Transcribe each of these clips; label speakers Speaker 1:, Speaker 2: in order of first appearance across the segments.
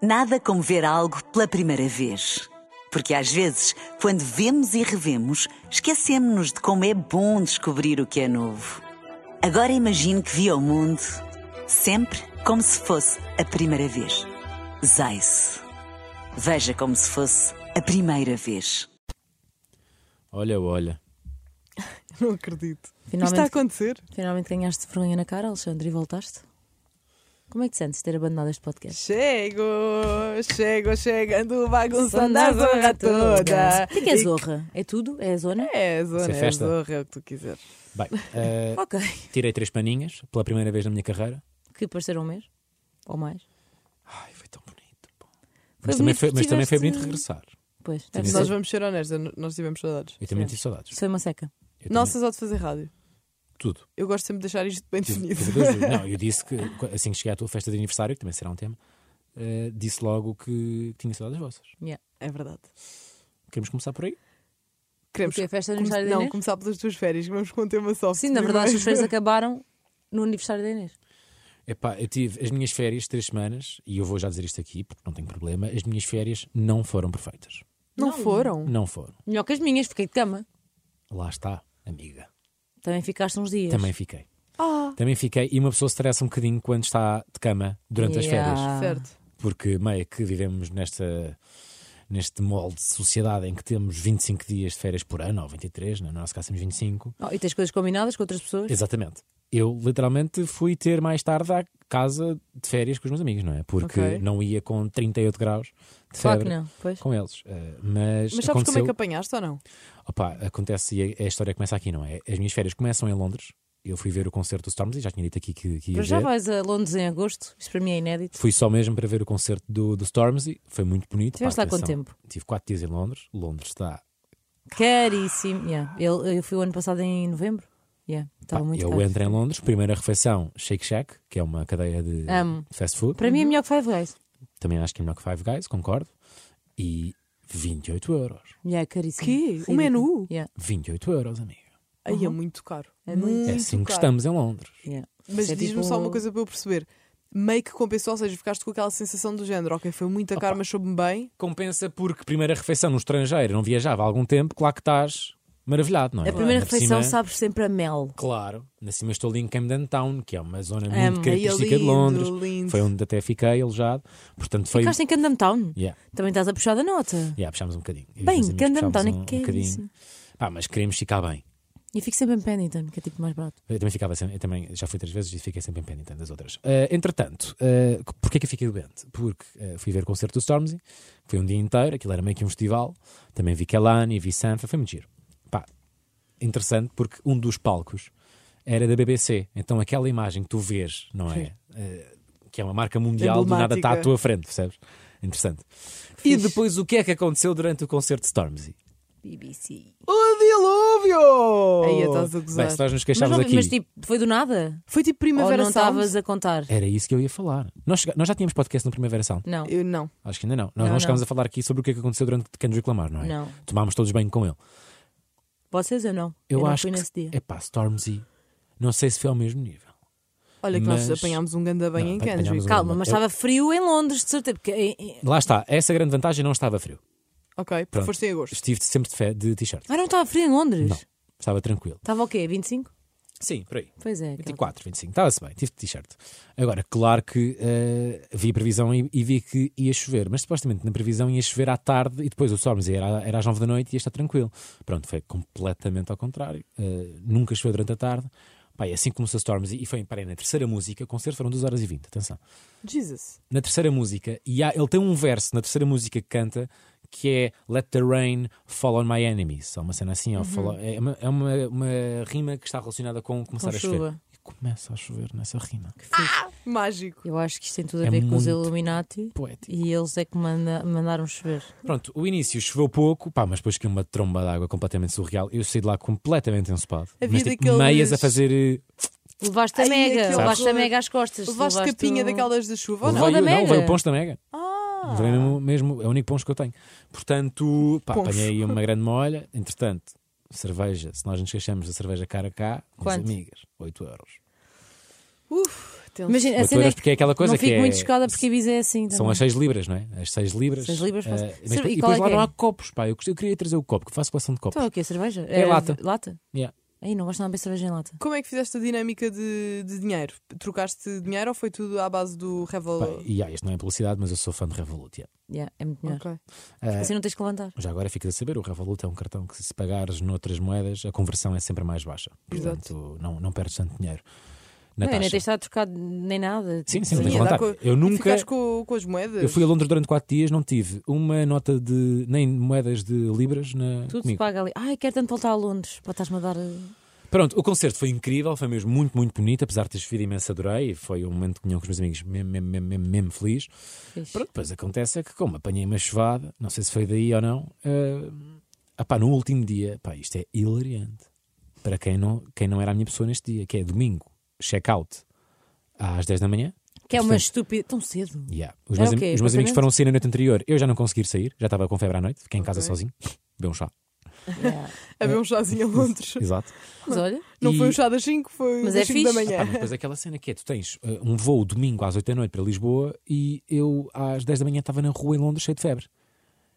Speaker 1: Nada como ver algo pela primeira vez. Porque às vezes, quando vemos e revemos, esquecemos-nos de como é bom descobrir o que é novo. Agora imagine que viu o mundo sempre como se fosse a primeira vez. Zais. Veja como se fosse a primeira vez.
Speaker 2: Olha, olha.
Speaker 3: Não acredito. Isto
Speaker 4: Finalmente-
Speaker 3: está a acontecer.
Speaker 4: Finalmente ganhaste vergonha na cara, Alexandre, e voltaste. Como é que te sentes de ter abandonado este podcast?
Speaker 3: Chego, chego, chegando, bagunçando a zorra toda.
Speaker 4: O que é, que é zorra? É tudo? É a zona?
Speaker 3: É, zona,
Speaker 2: Isso é
Speaker 3: é,
Speaker 2: festa?
Speaker 3: zorra, é o que tu quiseres.
Speaker 2: Bem, eh,
Speaker 4: Ok.
Speaker 2: tirei três paninhas pela primeira vez na minha carreira.
Speaker 4: Que pareceram um mês? Ou mais?
Speaker 2: Ai, foi tão bonito. pô.
Speaker 4: Foi
Speaker 2: Mas, também,
Speaker 4: bonito
Speaker 2: foi,
Speaker 4: que
Speaker 2: mas também foi
Speaker 4: tiveste-
Speaker 2: bonito regressar.
Speaker 4: Pois,
Speaker 2: Sim,
Speaker 4: deve
Speaker 2: sim.
Speaker 4: ser.
Speaker 3: Nós vamos ser honestas, n- nós tivemos saudades.
Speaker 2: Eu também
Speaker 4: Sim.
Speaker 2: tive saudades.
Speaker 4: Isso foi uma seca.
Speaker 2: Eu também-
Speaker 3: Nossa, só de fazer rádio.
Speaker 2: tudo.
Speaker 3: Eu gosto sempre de deixar isto bem
Speaker 2: Tive-
Speaker 3: definido.
Speaker 2: tive dois- não, eu disse que assim que cheguei à tua festa de aniversário, que também será um tema, eh, disse logo que tinha saudades vossas.
Speaker 3: É verdade.
Speaker 2: Queremos começar por aí?
Speaker 3: Queremos
Speaker 4: Porque a festa de
Speaker 3: come-
Speaker 4: aniversário da
Speaker 3: não,
Speaker 4: Inês?
Speaker 3: começar pelas tuas férias, que vamos com um tema só.
Speaker 4: Sim, na verdade, as suas férias acabaram no aniversário da Inês.
Speaker 2: Epá, eu tive as minhas férias três semanas, e eu vou já dizer isto aqui porque não tenho problema, as minhas férias não foram perfeitas.
Speaker 3: Não,
Speaker 4: Não.
Speaker 3: foram?
Speaker 2: Não foram.
Speaker 4: Melhor que as minhas, fiquei de cama.
Speaker 2: Lá está, amiga.
Speaker 4: Também ficaste uns dias.
Speaker 2: Também fiquei.
Speaker 3: Ah,
Speaker 2: Também fiquei, e uma pessoa se estressa um bocadinho quando está de cama durante as férias.
Speaker 4: Yeah.
Speaker 3: certo.
Speaker 2: Porque meio é que vivemos nesta, neste molde de sociedade em que temos 25 dias de férias por ano, ou 23, no nosso caso temos 25.
Speaker 4: Oh, e tens coisas combinadas com outras pessoas?
Speaker 2: Exatamente. Eu literalmente fui ter mais tarde à casa de férias com os meus amigos, não é? Porque
Speaker 3: Ok.
Speaker 2: não ia com 38 graus de
Speaker 4: Claro
Speaker 2: febre
Speaker 4: que não. Pois.
Speaker 2: com eles. Eh, mas
Speaker 3: Mas sabes como é
Speaker 2: aconteceu.
Speaker 3: que apanhaste ou não?
Speaker 2: Opa, acontece e a, a história começa aqui, não é? As minhas férias começam em Londres. Eu fui ver o concerto do Stormzy, já tinha dito aqui que, que ia
Speaker 4: Para já
Speaker 2: ver.
Speaker 4: vais a Londres em agosto. Isto para mim é inédito.
Speaker 2: Fui só mesmo para ver o concerto do, do Stormzy, foi muito bonito.
Speaker 4: Estiveste
Speaker 2: Pá,
Speaker 4: lá quanto
Speaker 2: atenção,
Speaker 4: tempo?
Speaker 2: Tive quatro dias em Londres. Londres está.
Speaker 4: Caríssimo. Yeah. Eu, eu fui o ano passado em novembro. Yeah. Estava
Speaker 2: pá,
Speaker 4: muito
Speaker 2: eu
Speaker 4: caro.
Speaker 2: entro em Londres, primeira refeição, Shake Shack, que é uma cadeia de
Speaker 4: Amo.
Speaker 2: fast food.
Speaker 4: Para mim é melhor que Five Guys.
Speaker 2: Também acho que é melhor que Five Guys, concordo. E 28 euros.
Speaker 4: Yeah, caríssimo.
Speaker 3: Quê? O
Speaker 4: Ridículo.
Speaker 3: menu?
Speaker 4: Yeah.
Speaker 2: 28 euros, amigo.
Speaker 3: Aí é muito caro.
Speaker 4: É muito.
Speaker 2: é assim que
Speaker 3: caro.
Speaker 2: estamos em Londres.
Speaker 4: Yeah.
Speaker 3: Mas
Speaker 4: Isso é
Speaker 3: diz-me
Speaker 4: tipo-
Speaker 3: só uma coisa para eu perceber. Meio que compensou, ou seja, ficaste com aquela sensação do género, ok, foi muito caro, mas soube-me bem.
Speaker 2: Compensa porque primeira refeição no estrangeiro, não viajava há algum tempo, claro que estás maravilhado, não é?
Speaker 4: A primeira
Speaker 2: Ainda por
Speaker 4: refeição
Speaker 2: cima-
Speaker 4: sabes sempre a mel.
Speaker 2: Claro, na cima estou ali em Camden Town, que é uma zona muito
Speaker 4: Amo. Aí é
Speaker 2: característica de
Speaker 3: lindo,
Speaker 2: Londres.
Speaker 3: lindo.
Speaker 2: Foi onde até fiquei alojado. Portanto, foi.
Speaker 4: Ficaste em Camden Town.
Speaker 2: Yeah,
Speaker 4: Também estás a puxar da nota.
Speaker 2: yeah, puxámos um bocadinho. Eu e os
Speaker 4: Bem,
Speaker 2: meus amigos
Speaker 4: Camden
Speaker 2: puxámos
Speaker 4: Town
Speaker 2: um,
Speaker 4: é que é
Speaker 2: um bocadinho.
Speaker 4: isso.
Speaker 2: Pá, mas queremos ficar bem.
Speaker 4: E fico sempre em Paddington, que é tipo mais barato.
Speaker 2: Eu também ficava sempre, eu também já fui três vezes e fiquei sempre em penitente das outras. Eh, entretanto, eh, porquê que eu fiquei doente? Porque eh, fui ver o concerto do Stormzy, foi um dia inteiro, aquilo era meio que um festival. Também vi Kelani, vi Sanfa, foi muito giro. Pá, interessante porque um dos palcos era da BBC, então aquela imagem que tu vês, não é? Eh, que é uma marca mundial, do nada está à
Speaker 3: Emblemática.
Speaker 2: tua frente, percebes? Interessante. E depois o que é que aconteceu durante o concerto de Stormzy?
Speaker 4: BBC.
Speaker 3: O dilúvio! Aí estás a
Speaker 2: Bem,
Speaker 3: gozar.
Speaker 2: se nós nos
Speaker 4: Mas,
Speaker 2: queixarmos
Speaker 4: não-
Speaker 2: aqui.
Speaker 4: mas tipo, foi do nada?
Speaker 3: Foi tipo
Speaker 4: Ou
Speaker 3: primavera
Speaker 4: não estavas a contar?
Speaker 2: Era isso que eu ia falar. Nós, chega- nós já tínhamos podcast no Primavera Sound.
Speaker 4: Não.
Speaker 3: Eu não.
Speaker 2: Acho que ainda não. Nós
Speaker 4: Não,
Speaker 2: não, chegámos
Speaker 4: não.
Speaker 2: a falar aqui sobre o que é que aconteceu durante Kendrick Lamar, não é?
Speaker 4: Não.
Speaker 2: Tomámos todos bem com ele.
Speaker 4: Vocês eu não.
Speaker 2: Eu,
Speaker 4: não
Speaker 2: acho
Speaker 4: fui
Speaker 2: que. é
Speaker 4: nesse dia.
Speaker 2: Epá, Stormzy, não sei se foi ao mesmo nível.
Speaker 3: Olha que
Speaker 2: Mas-
Speaker 3: nós apanhámos um ganda banho
Speaker 2: Não,
Speaker 3: em
Speaker 2: apanhámos
Speaker 3: Kendrick.
Speaker 2: um-
Speaker 4: Calma, mas
Speaker 2: Eu-
Speaker 4: estava frio em Londres, de certeza. Porque eh, em- em-
Speaker 2: Lá está, essa grande vantagem não estava frio.
Speaker 3: Ok, porque
Speaker 2: Pronto.
Speaker 3: foste em agosto.
Speaker 2: Estive sempre de, fe- de t-shirt.
Speaker 4: Ah, não estava frio em Londres?
Speaker 2: Não. Estava tranquilo.
Speaker 4: Estava o quê? 25?
Speaker 2: Sim, por aí.
Speaker 4: Pois é. aquela-
Speaker 2: 24, 25, estava-se bem, tive de t-shirt. Agora, claro que eh, vi a previsão e, e vi que ia chover, mas supostamente na previsão ia chover à tarde e depois o Stormzy era, era às 9 da noite e ia estar tranquilo. Pronto, foi completamente ao contrário. Eh, nunca choveu durante a tarde. Pá, e assim começou Stormzy e foi parei, na terceira música, o concerto foram 2 horas e 20, atenção.
Speaker 3: Jesus.
Speaker 2: Na terceira música, e há- ele tem um verso na terceira música que canta que é Let the Rain Fall on My Enemies. É uma cena assim, ou fall on- é, uma, é uma- uma rima que está relacionada com começar a chover.
Speaker 4: chuva.
Speaker 2: E começa a chover nessa rima. Que
Speaker 3: Mágico.
Speaker 4: Eu acho que isto tem tudo a
Speaker 2: É
Speaker 4: ver com os
Speaker 2: muito
Speaker 4: Illuminati
Speaker 2: poético.
Speaker 4: e eles é que manda- mandaram chover.
Speaker 2: Pronto, o início choveu pouco, pá, mas depois que uma tromba de água completamente surreal, eu saí de lá completamente ensopado.
Speaker 3: Havia
Speaker 2: mas, tipo,
Speaker 3: daqueles-
Speaker 2: meias a fazer. eh,
Speaker 4: Levaste a
Speaker 3: Ai,
Speaker 4: mega,
Speaker 3: aquele
Speaker 4: levaste a
Speaker 3: horror.
Speaker 4: mega às costas.
Speaker 3: Levaste
Speaker 4: levaste
Speaker 3: capinha
Speaker 4: o-
Speaker 3: daquelas da chuva ou
Speaker 2: levei
Speaker 3: não?
Speaker 4: da
Speaker 2: o-
Speaker 4: Mega.
Speaker 2: não, veio o poncho da Mega.
Speaker 3: Ah,
Speaker 2: Veio mesmo, mesmo- é o único poncho que eu tenho. Portanto, pá,
Speaker 3: Poncho.
Speaker 2: apanhei aí uma grande molha. Entretanto, cerveja, se nós nos queixamos da cerveja cara a cá, com as
Speaker 4: Quanto?
Speaker 2: amigas, 8 euros.
Speaker 3: uf, tenso.
Speaker 4: Imagina, a
Speaker 2: Oito
Speaker 4: cena é
Speaker 2: euros,
Speaker 4: que
Speaker 2: porque é aquela coisa
Speaker 4: não
Speaker 2: que
Speaker 4: fico
Speaker 2: é-
Speaker 4: muito chocada porque a Ibiza é assim.
Speaker 2: São
Speaker 4: também.
Speaker 2: as 6 libras, não é? As 6 libras.
Speaker 4: Seis libras,
Speaker 2: eh,
Speaker 4: posso-
Speaker 2: mas
Speaker 4: Sim,
Speaker 2: depois-
Speaker 4: e
Speaker 2: e
Speaker 4: qual é
Speaker 2: depois lá
Speaker 4: que é?
Speaker 2: não há copos, pá. Eu, gost- eu queria trazer o copo, que faço coleção de copos.
Speaker 4: Então é o quê? Cerveja?
Speaker 2: É lata.
Speaker 4: Lata?
Speaker 2: Yeah.
Speaker 4: Aí não gosto nada de beber cerveja em lata.
Speaker 3: Como é que fizeste a dinâmica de, de dinheiro? Trocaste dinheiro ou foi tudo à base do
Speaker 2: Pá,
Speaker 3: Revel?
Speaker 2: e ah, isto não é publicidade, mas eu sou fã de Revolut. yeah.
Speaker 4: Yeah, é muito melhor.
Speaker 3: Ok.
Speaker 2: Eh,
Speaker 4: Assim não tens que levantar.
Speaker 2: Já agora ficas a saber, o Revolut é um cartão que se pagares noutras moedas, a conversão é sempre mais baixa.
Speaker 3: Exato.
Speaker 2: Portanto, não, não perdes tanto dinheiro na
Speaker 4: Não, nem
Speaker 2: é taxa.
Speaker 4: tens de estar trocado nem nada.
Speaker 2: Sim,
Speaker 4: Tipo,
Speaker 2: sim, não
Speaker 3: Sim,
Speaker 2: tens
Speaker 3: é dar
Speaker 2: vontade.
Speaker 3: co-
Speaker 2: Eu
Speaker 3: E
Speaker 2: nunca...
Speaker 3: ficaste com, com as moedas?
Speaker 2: Eu fui a Londres durante 4 dias, não tive uma nota de... nem moedas de libras na...
Speaker 4: Tudo se
Speaker 2: comigo.
Speaker 4: paga ali. Ai, quero tanto voltar a Londres. Pá, estás-me a dar. uh,
Speaker 2: Pronto, o concerto foi incrível, foi mesmo muito, muito bonito, apesar de ter chovido imenso, adorei, e foi um momento de comunhão com os meus amigos, mesmo, mesmo, mesmo, mesmo, mesmo feliz.
Speaker 4: fixe.
Speaker 2: Pronto, depois acontece é que, como apanhei uma chuvada, não sei se foi daí ou não, eh, ah pá, no último dia, pá, isto é hilariante. Para quem não, quem não era a minha pessoa neste dia, que é domingo, check-out às 10 da manhã.
Speaker 4: Que é uma
Speaker 2: Portanto,
Speaker 4: estúpida. Tão cedo.
Speaker 2: yeah. Os,
Speaker 4: Era
Speaker 2: meus,
Speaker 4: É o
Speaker 2: am-
Speaker 4: quê?
Speaker 2: os meus amigos
Speaker 4: Apartamento?
Speaker 2: foram sair na noite anterior, eu já não consegui sair, já estava com febre à noite, fiquei em casa
Speaker 3: Ok.
Speaker 2: sozinho, bebi um chá.
Speaker 4: Yeah.
Speaker 3: Havia um chazinho a Londres.
Speaker 2: Exato.
Speaker 4: Mas olha,
Speaker 3: Não
Speaker 2: E-
Speaker 3: foi um chá das 5, foi
Speaker 4: Mas
Speaker 3: das
Speaker 4: é
Speaker 3: 5 da
Speaker 4: fixe.
Speaker 2: Ah, pá,
Speaker 3: manhã.
Speaker 2: mas depois aquela cena que é: tu tens eh, um voo domingo às 8 da noite para Lisboa e eu às 10 da manhã estava na rua em Londres cheio de febre.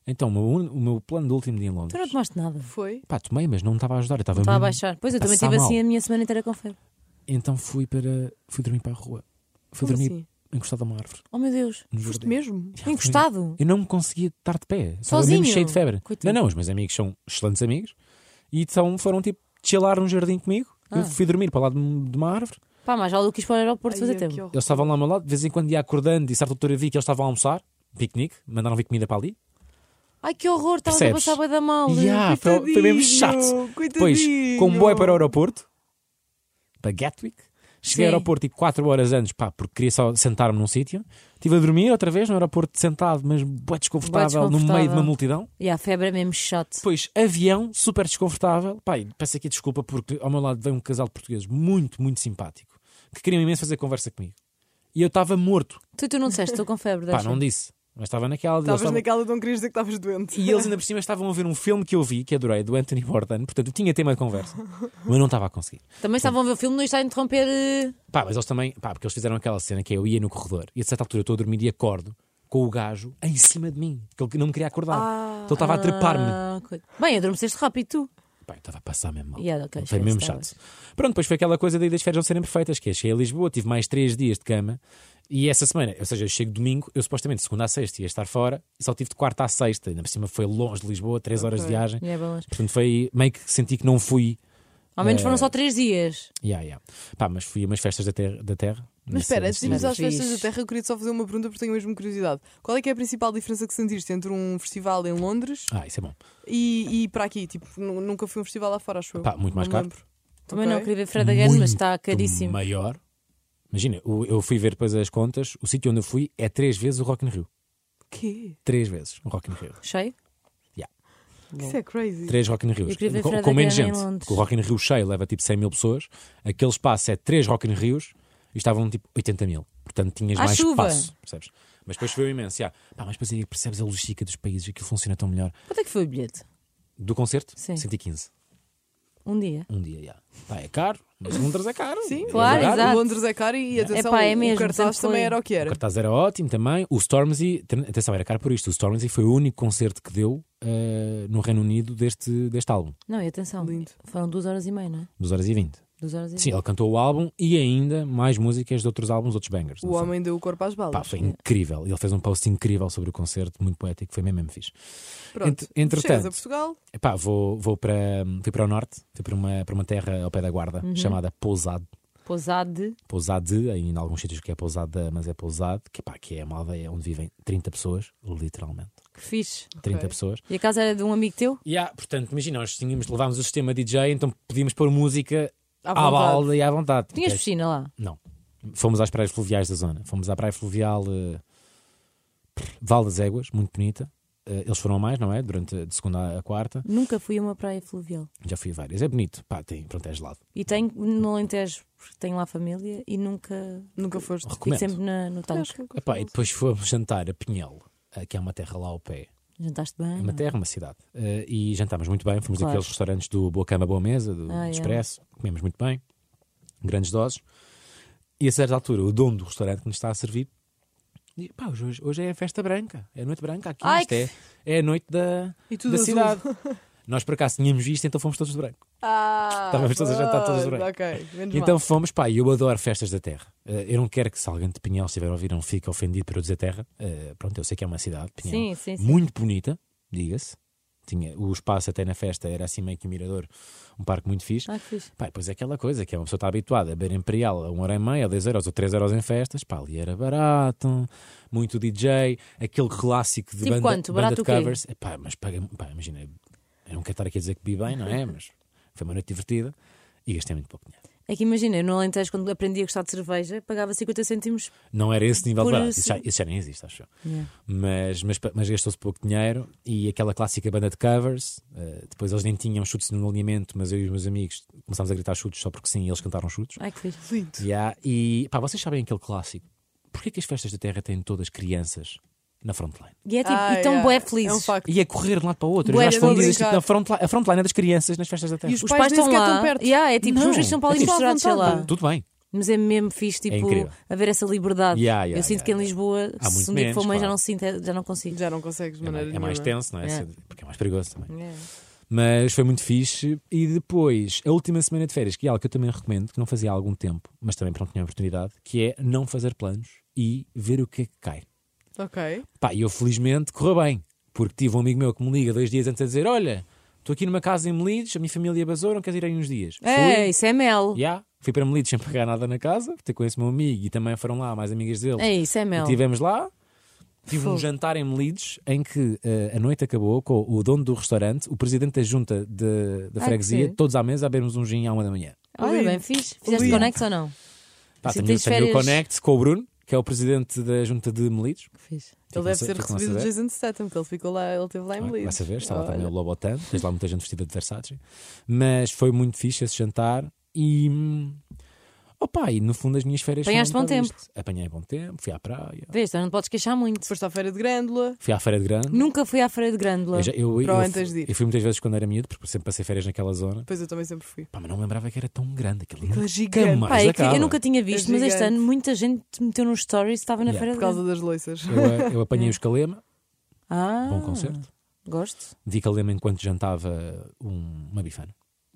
Speaker 2: Então, o meu, un- o meu plano do último dia em Londres.
Speaker 4: tu não tomaste nada.
Speaker 3: Foi.
Speaker 2: Pá, tomei, mas não me estava a ajudar. eu Estava
Speaker 4: Estava a
Speaker 2: mesmo-
Speaker 4: baixar. Pois eu também
Speaker 2: Passar
Speaker 4: tive
Speaker 2: mal.
Speaker 4: assim a minha semana inteira com febre.
Speaker 2: Então fui para. fui dormir para a rua. Fui
Speaker 3: Como
Speaker 2: dormir
Speaker 3: assim?
Speaker 2: encostado a uma árvore.
Speaker 4: Oh meu Deus.
Speaker 2: No
Speaker 3: Foste
Speaker 2: jardim.
Speaker 3: mesmo?
Speaker 2: Já fui-
Speaker 4: Encostado.
Speaker 2: Eu não me conseguia estar de pé. Estava
Speaker 4: Sozinho?
Speaker 2: mesmo cheio de febre.
Speaker 4: Coitado.
Speaker 2: Não, não, os meus amigos são excelentes amigos e então foram tipo chilar num jardim comigo.
Speaker 4: Ah.
Speaker 2: Eu fui dormir para lá de de uma árvore.
Speaker 4: Pá, mas já o que quis para o aeroporto
Speaker 3: Ai,
Speaker 4: fazer
Speaker 3: é,
Speaker 4: tempo.
Speaker 3: que horror.
Speaker 2: Eles estavam lá ao meu lado, de vez em quando ia acordando e certa altura vi que eles estavam a almoçar, piquenique, mandaram vir comida para ali.
Speaker 4: Ai que horror, estava a
Speaker 2: Percebes?
Speaker 4: passar bué da mal.
Speaker 2: Ya, foi, foi mesmo chato.
Speaker 3: Coitadinho,
Speaker 2: Depois,
Speaker 3: coitadinho.
Speaker 2: comboio para o aeroporto, para Gatwick. Cheguei ao
Speaker 4: Sim.
Speaker 2: aeroporto e 4 horas antes, pá, porque queria só sentar-me num sítio. Estive a dormir outra vez no aeroporto, sentado, mas bué desconfortável, no meio de
Speaker 4: desconfortável.
Speaker 2: uma multidão.
Speaker 4: E a febre é mesmo chato.
Speaker 2: Depois, avião, super desconfortável. Pá, e peço aqui desculpa porque ao meu lado veio um casal de portugueses muito, muito simpático, que queriam imenso fazer conversa comigo. E eu estava morto.
Speaker 4: Tu, tu não disseste, estou com febre.
Speaker 2: Pá,
Speaker 4: Deixa.
Speaker 2: não disse. Mas estava naquela. de- eles
Speaker 3: Estavas
Speaker 2: estavam-
Speaker 3: naquela de não querias dizer que estavas doente.
Speaker 2: E eles ainda por cima estavam a ver um filme que eu vi, que adorei, do Anthony Bourdain. Portanto, eu tinha tema de conversa. Mas não estava a conseguir.
Speaker 4: Também estavam a ver o filme, não está a interromper. eh,
Speaker 2: Pá, mas eles também... Pá, porque eles fizeram aquela cena que é eu ia no corredor e a certa altura eu estou a dormir e acordo com o gajo em cima de mim. Que ele não me queria acordar.
Speaker 3: Ah.
Speaker 2: então ele estava a trepar-me.
Speaker 4: Ah, coi- Bem, adormeceste rápido tu.
Speaker 2: Pá, eu estava a passar mesmo mal.
Speaker 4: Yeah, ok,
Speaker 2: foi
Speaker 4: esquece,
Speaker 2: mesmo
Speaker 4: estavas.
Speaker 2: chato. Pronto, depois foi aquela coisa daí das férias não serem perfeitas, que é cheguei a Lisboa, tive mais três dias de cama. E essa semana, ou seja, eu chego domingo, eu supostamente de segunda à sexta ia estar fora, só tive de quarta à sexta, ainda por cima foi longe de Lisboa, três horas de
Speaker 3: Ok.
Speaker 2: viagem.
Speaker 4: E é bom.
Speaker 2: Portanto, foi meio que senti que não fui
Speaker 4: Ao menos foram
Speaker 2: Eh,
Speaker 4: só três dias.
Speaker 2: Yeah, yeah. Pá, mas fui a umas festas da Terra. Da terra
Speaker 3: Mas espera, antes de irmos
Speaker 4: nesse-
Speaker 3: às festas da
Speaker 4: Fixe.
Speaker 3: terra, eu queria só fazer uma pergunta porque tenho mesmo curiosidade. Qual é que é a principal diferença que sentiste entre um festival em Londres
Speaker 2: Ah, isso é bom.
Speaker 3: e, e para aqui? Tipo, nu- nunca fui a um festival lá fora, acho eu.
Speaker 2: Pá, muito mais
Speaker 3: Não
Speaker 2: caro.
Speaker 3: lembro.
Speaker 4: Também
Speaker 3: Ok.
Speaker 4: não queria ver Fred again, mas está
Speaker 2: Muito
Speaker 4: caríssimo.
Speaker 2: Maior. Imagina, o- eu fui ver depois as contas. O sítio onde eu fui é três vezes o Rock in Rio.
Speaker 3: Quê?
Speaker 2: Três vezes o Rock in Rio.
Speaker 4: Cheio?
Speaker 2: Yeah.
Speaker 4: Bom.
Speaker 3: Isso é crazy.
Speaker 2: Três Rock in Rios.
Speaker 4: Eu queria ver
Speaker 2: Com,
Speaker 4: Fred
Speaker 2: com menos
Speaker 4: Again em
Speaker 2: gente.
Speaker 4: Londres.
Speaker 2: Porque o Rock in Rio cheio leva tipo 100 mil pessoas. Aquele espaço é três Rock in Rios e estavam tipo 80 mil. Portanto, tinhas
Speaker 4: À
Speaker 2: mais
Speaker 4: chuva.
Speaker 2: espaço. Percebes? Mas depois choveu imenso. yeah. Pá, mas depois aí percebes a logística dos países. Aquilo funciona tão melhor.
Speaker 4: Quanto é que foi o bilhete?
Speaker 2: Do concerto,
Speaker 4: Sim.
Speaker 2: 115.
Speaker 4: Um dia.
Speaker 2: Um dia, já. Pá, é caro, mas Londres é caro.
Speaker 3: Sim,
Speaker 2: é
Speaker 4: Claro,
Speaker 3: Londres-
Speaker 4: exato.
Speaker 3: Londres é caro e atenção,
Speaker 4: Epá, é
Speaker 3: o
Speaker 4: mesmo,
Speaker 3: cartaz
Speaker 4: sempre
Speaker 3: também
Speaker 4: foi.
Speaker 3: era o que
Speaker 2: O
Speaker 3: era.
Speaker 2: cartaz era ótimo também. O Stormzy, ten- atenção, era caro por isto. O Stormzy foi o único concerto que deu eh, no Reino Unido deste, deste álbum,
Speaker 4: Não, e atenção.
Speaker 3: Lindo.
Speaker 4: Foram duas horas e meia, não é?
Speaker 2: 2 horas e 20.
Speaker 4: Duas horas e
Speaker 2: Sim,
Speaker 4: meia.
Speaker 2: ele cantou o álbum e ainda mais músicas de outros álbuns, outros bangers.
Speaker 3: O
Speaker 2: não foi?
Speaker 3: homem é deu o corpo às balas.
Speaker 2: Pá, foi incrível. Ele fez um post incrível sobre o concerto, muito poético, foi mesmo, mesmo fixe.
Speaker 3: Pronto.
Speaker 2: Ent- entretanto-
Speaker 3: Chegas a Portugal,
Speaker 2: Epá, vou, vou para, fui para o norte, fui para uma, para uma terra ao pé da guarda
Speaker 3: Uhum.
Speaker 2: chamada Pousado.
Speaker 4: Pousade.
Speaker 2: Pousade, aí em alguns sítios que é Pousada, mas é Pousade, que, pá, que é uma aldeia onde vivem 30 pessoas, literalmente.
Speaker 4: Que fixe.
Speaker 2: 30
Speaker 3: Ok.
Speaker 2: pessoas.
Speaker 4: E a casa era de um amigo teu?
Speaker 2: E há, portanto, imagina, nós tínhamos, levámos o sistema DJ, então podíamos pôr música
Speaker 3: À
Speaker 2: à,
Speaker 3: vontade.
Speaker 2: balda e à vontade.
Speaker 4: Tinhas
Speaker 2: Porque- é assim,
Speaker 4: piscina lá.
Speaker 2: Não. Fomos às praias fluviais da zona. Fomos à praia fluvial eh, Val das Éguas, muito bonita. Eh, eles foram a mais, não é? Durante a- de segunda a quarta.
Speaker 4: Nunca fui a uma praia fluvial.
Speaker 2: Já fui a várias. É bonito. Pá, tem, pronto, é gelado.
Speaker 4: E tenho no Alentejo, porque tenho lá família e nunca.
Speaker 3: nunca foste.
Speaker 4: Fico
Speaker 2: Recomendo.
Speaker 4: sempre na- no
Speaker 3: Acho
Speaker 4: tanque.
Speaker 3: que nunca
Speaker 2: Epá,
Speaker 3: fui.
Speaker 2: e depois fomos jantar a Pinhel, eh, que é uma terra lá ao pé.
Speaker 4: Jantaste bem?
Speaker 2: É uma
Speaker 4: não?
Speaker 2: terra, uma cidade. Eh, e jantámos muito bem. Fomos
Speaker 4: Claro.
Speaker 2: daqueles restaurantes do Boa Cama, Boa Mesa, do
Speaker 4: Ah, é.
Speaker 2: Expresso. Comemos muito bem. Grandes doses. E a certa altura, o dono do restaurante que nos está a servir diz: pá, hoje, hoje é a festa branca, é a noite branca aqui,
Speaker 4: Ai,
Speaker 2: isto é, é a noite da,
Speaker 3: E
Speaker 2: da
Speaker 3: tudo azul.
Speaker 2: cidade. Nós por acaso tínhamos visto, então fomos todos de branco.
Speaker 3: Ah,
Speaker 2: Estávamos todos a jantar todos
Speaker 3: pois,
Speaker 2: bem.
Speaker 3: Ok, menos
Speaker 2: Então
Speaker 3: mal.
Speaker 2: fomos, pá, e eu adoro festas da terra. Eh, eu não quero que se alguém de Pinhal estiver a ouvir, não fique ofendido por eu dizer terra. Eh, pronto, eu sei que é uma cidade, Pinhal,
Speaker 4: Sim, sim, sim.
Speaker 2: muito bonita, diga-se. Tinha, o espaço até na festa era assim meio que um mirador, um parque muito fixe.
Speaker 4: Ah, que fixe.
Speaker 2: Pá, pois é aquela coisa que é uma pessoa está habituada a beber Imperial a 1 hora e meia, a 10 euros ou 3 euros em festas. Pá, ali era barato, muito DJ, aquele clássico de
Speaker 4: Tipo
Speaker 2: banda,
Speaker 4: quanto?
Speaker 2: banda
Speaker 4: Barato
Speaker 2: de
Speaker 4: o quê?
Speaker 2: covers. Pá, mas paga, pá, imagina, eu não quero estar aqui a dizer que bebi bem, não é? Mas foi uma noite divertida e gastei muito pouco dinheiro.
Speaker 4: É que imagina, eu no Alentejo, quando aprendi a gostar de cerveja, pagava 50 cêntimos.
Speaker 2: Não era esse nível
Speaker 4: Por
Speaker 2: de barato,
Speaker 4: isso-
Speaker 2: isso já, isso já nem existe, acho eu. Mas, mas, mas gastou-se pouco dinheiro e aquela clássica banda de covers. eh, depois eles nem tinham chutes no alinhamento, mas eu e os meus amigos começámos a gritar chutes só porque sim, e eles cantaram chutes.
Speaker 4: Ai, que fixe.
Speaker 3: Lindo.
Speaker 2: Yeah, e pá, vocês sabem aquele clássico? Porquê que as festas da Terra têm todas crianças na frontline?
Speaker 4: E é tipo,
Speaker 3: Ah,
Speaker 4: e tão
Speaker 3: yeah.
Speaker 4: bué
Speaker 3: É um
Speaker 4: felizes.
Speaker 3: facto.
Speaker 2: E a correr de um lado para o outro,
Speaker 4: Bué,
Speaker 2: as
Speaker 4: eu vou
Speaker 2: escondidas, tipo,
Speaker 3: brincar.
Speaker 2: na frontline, a frontline é das crianças nas festas da Terra.
Speaker 3: E os
Speaker 4: Os
Speaker 3: pais
Speaker 4: pais
Speaker 3: nem
Speaker 4: estão
Speaker 3: sequer estão
Speaker 4: lá.
Speaker 3: perto.
Speaker 4: Yeah, é tipo,
Speaker 2: Não.
Speaker 4: os filhos são para ali
Speaker 3: É tipo à
Speaker 4: misturados, sei
Speaker 3: vontade.
Speaker 4: lá.
Speaker 2: Tudo bem.
Speaker 4: Mas é mesmo fixe, tipo,
Speaker 2: incrível.
Speaker 4: haver essa liberdade.
Speaker 2: Yeah, yeah,
Speaker 4: eu sinto
Speaker 2: yeah,
Speaker 4: que em
Speaker 2: yeah.
Speaker 4: Lisboa,
Speaker 2: Há
Speaker 4: se
Speaker 2: muito
Speaker 4: um dia que for
Speaker 2: menos,
Speaker 4: mãe, já
Speaker 2: claro.
Speaker 4: não sinto, é, já não consigo.
Speaker 3: Já não consegues de
Speaker 2: É mais,
Speaker 3: maneira
Speaker 2: é mais
Speaker 3: nenhuma.
Speaker 2: tenso, não é?
Speaker 4: É.
Speaker 2: Porque é mais perigoso também.
Speaker 4: Yeah.
Speaker 2: Mas foi muito fixe. E depois, a última semana de férias, que é algo que eu também recomendo, que não fazia há algum tempo, mas também pronto, tinha oportunidade, que é não fazer planos e ver o que é que cai.
Speaker 3: Ok.
Speaker 2: Pá, e eu felizmente correu bem, porque tive um amigo meu que me liga dois dias antes a dizer: Olha, estou aqui numa casa em Melides, a minha família basou, não queres ir aí uns dias?
Speaker 4: É, isso é mel.
Speaker 2: Yeah. Fui para Melides sem pagar nada na casa, ter com esse meu amigo e também foram lá mais amigas dele.
Speaker 4: É, isso é
Speaker 2: E
Speaker 4: mel.
Speaker 2: Estivemos lá. Tive
Speaker 4: Fogo.
Speaker 2: um jantar em Melides em que eh, a noite acabou com o dono do restaurante, o presidente da junta de- da
Speaker 4: Ai,
Speaker 2: freguesia,
Speaker 4: que-
Speaker 2: todos à mesa a bebermos um gin à uma da manhã.
Speaker 4: Olha,
Speaker 3: Lindo.
Speaker 4: bem fixe. Fizeste
Speaker 2: Lindo.
Speaker 4: conecto ou não?
Speaker 2: Pá,
Speaker 4: Sim,
Speaker 2: tenho
Speaker 4: tens
Speaker 2: tenho o
Speaker 4: férias.
Speaker 2: Connect com o Bruno, que é o presidente da junta de Melides.
Speaker 4: Fixe.
Speaker 2: Ficam
Speaker 3: Ele deve
Speaker 2: a-
Speaker 3: ser
Speaker 2: ficam a
Speaker 3: recebido do
Speaker 2: saber.
Speaker 3: Jason Statham, que ele ficou lá, ele esteve lá em
Speaker 2: Vai-
Speaker 3: Belize.
Speaker 2: Vai saber, estava
Speaker 3: Olha.
Speaker 2: também o Lobotan, tens lá muita gente vestida de Versace, mas foi muito fixe esse jantar e. hum, Opa, e no fundo as minhas férias
Speaker 4: Apanhaste
Speaker 2: foram um
Speaker 4: bom
Speaker 2: bocado
Speaker 4: tempo.
Speaker 2: isto. Apanhei bom tempo, fui à praia,
Speaker 4: Vês, então não te podes queixar muito.
Speaker 3: Foste à Feira de Grândola.
Speaker 2: fui à Feira de Grande.
Speaker 4: Nunca fui à Feira de Grândola.
Speaker 2: Eu, já- eu, eu,
Speaker 3: Para onde
Speaker 2: fui-
Speaker 3: tens de ir?
Speaker 2: eu fui muitas vezes quando era miúdo, porque sempre passei férias naquela zona.
Speaker 3: Depois eu também sempre fui.
Speaker 2: Pá, mas não me lembrava que era tão grande aquele
Speaker 3: Aquilo é
Speaker 2: lugar.
Speaker 3: gigante.
Speaker 2: Nunca
Speaker 3: Pá,
Speaker 4: Pá,
Speaker 2: mais
Speaker 4: é que
Speaker 2: acaba.
Speaker 4: eu nunca tinha visto,
Speaker 3: É
Speaker 4: mas este
Speaker 3: gigante.
Speaker 4: ano muita gente meteu nos stories estava na
Speaker 2: Yeah.
Speaker 4: Feira de
Speaker 3: Por causa
Speaker 4: Grândola.
Speaker 3: das loiças.
Speaker 2: Eu, eu apanhei o Escalema,
Speaker 4: É. Ah,
Speaker 2: bom concerto.
Speaker 4: Gosto.
Speaker 2: De Escalema enquanto jantava um- uma bifana,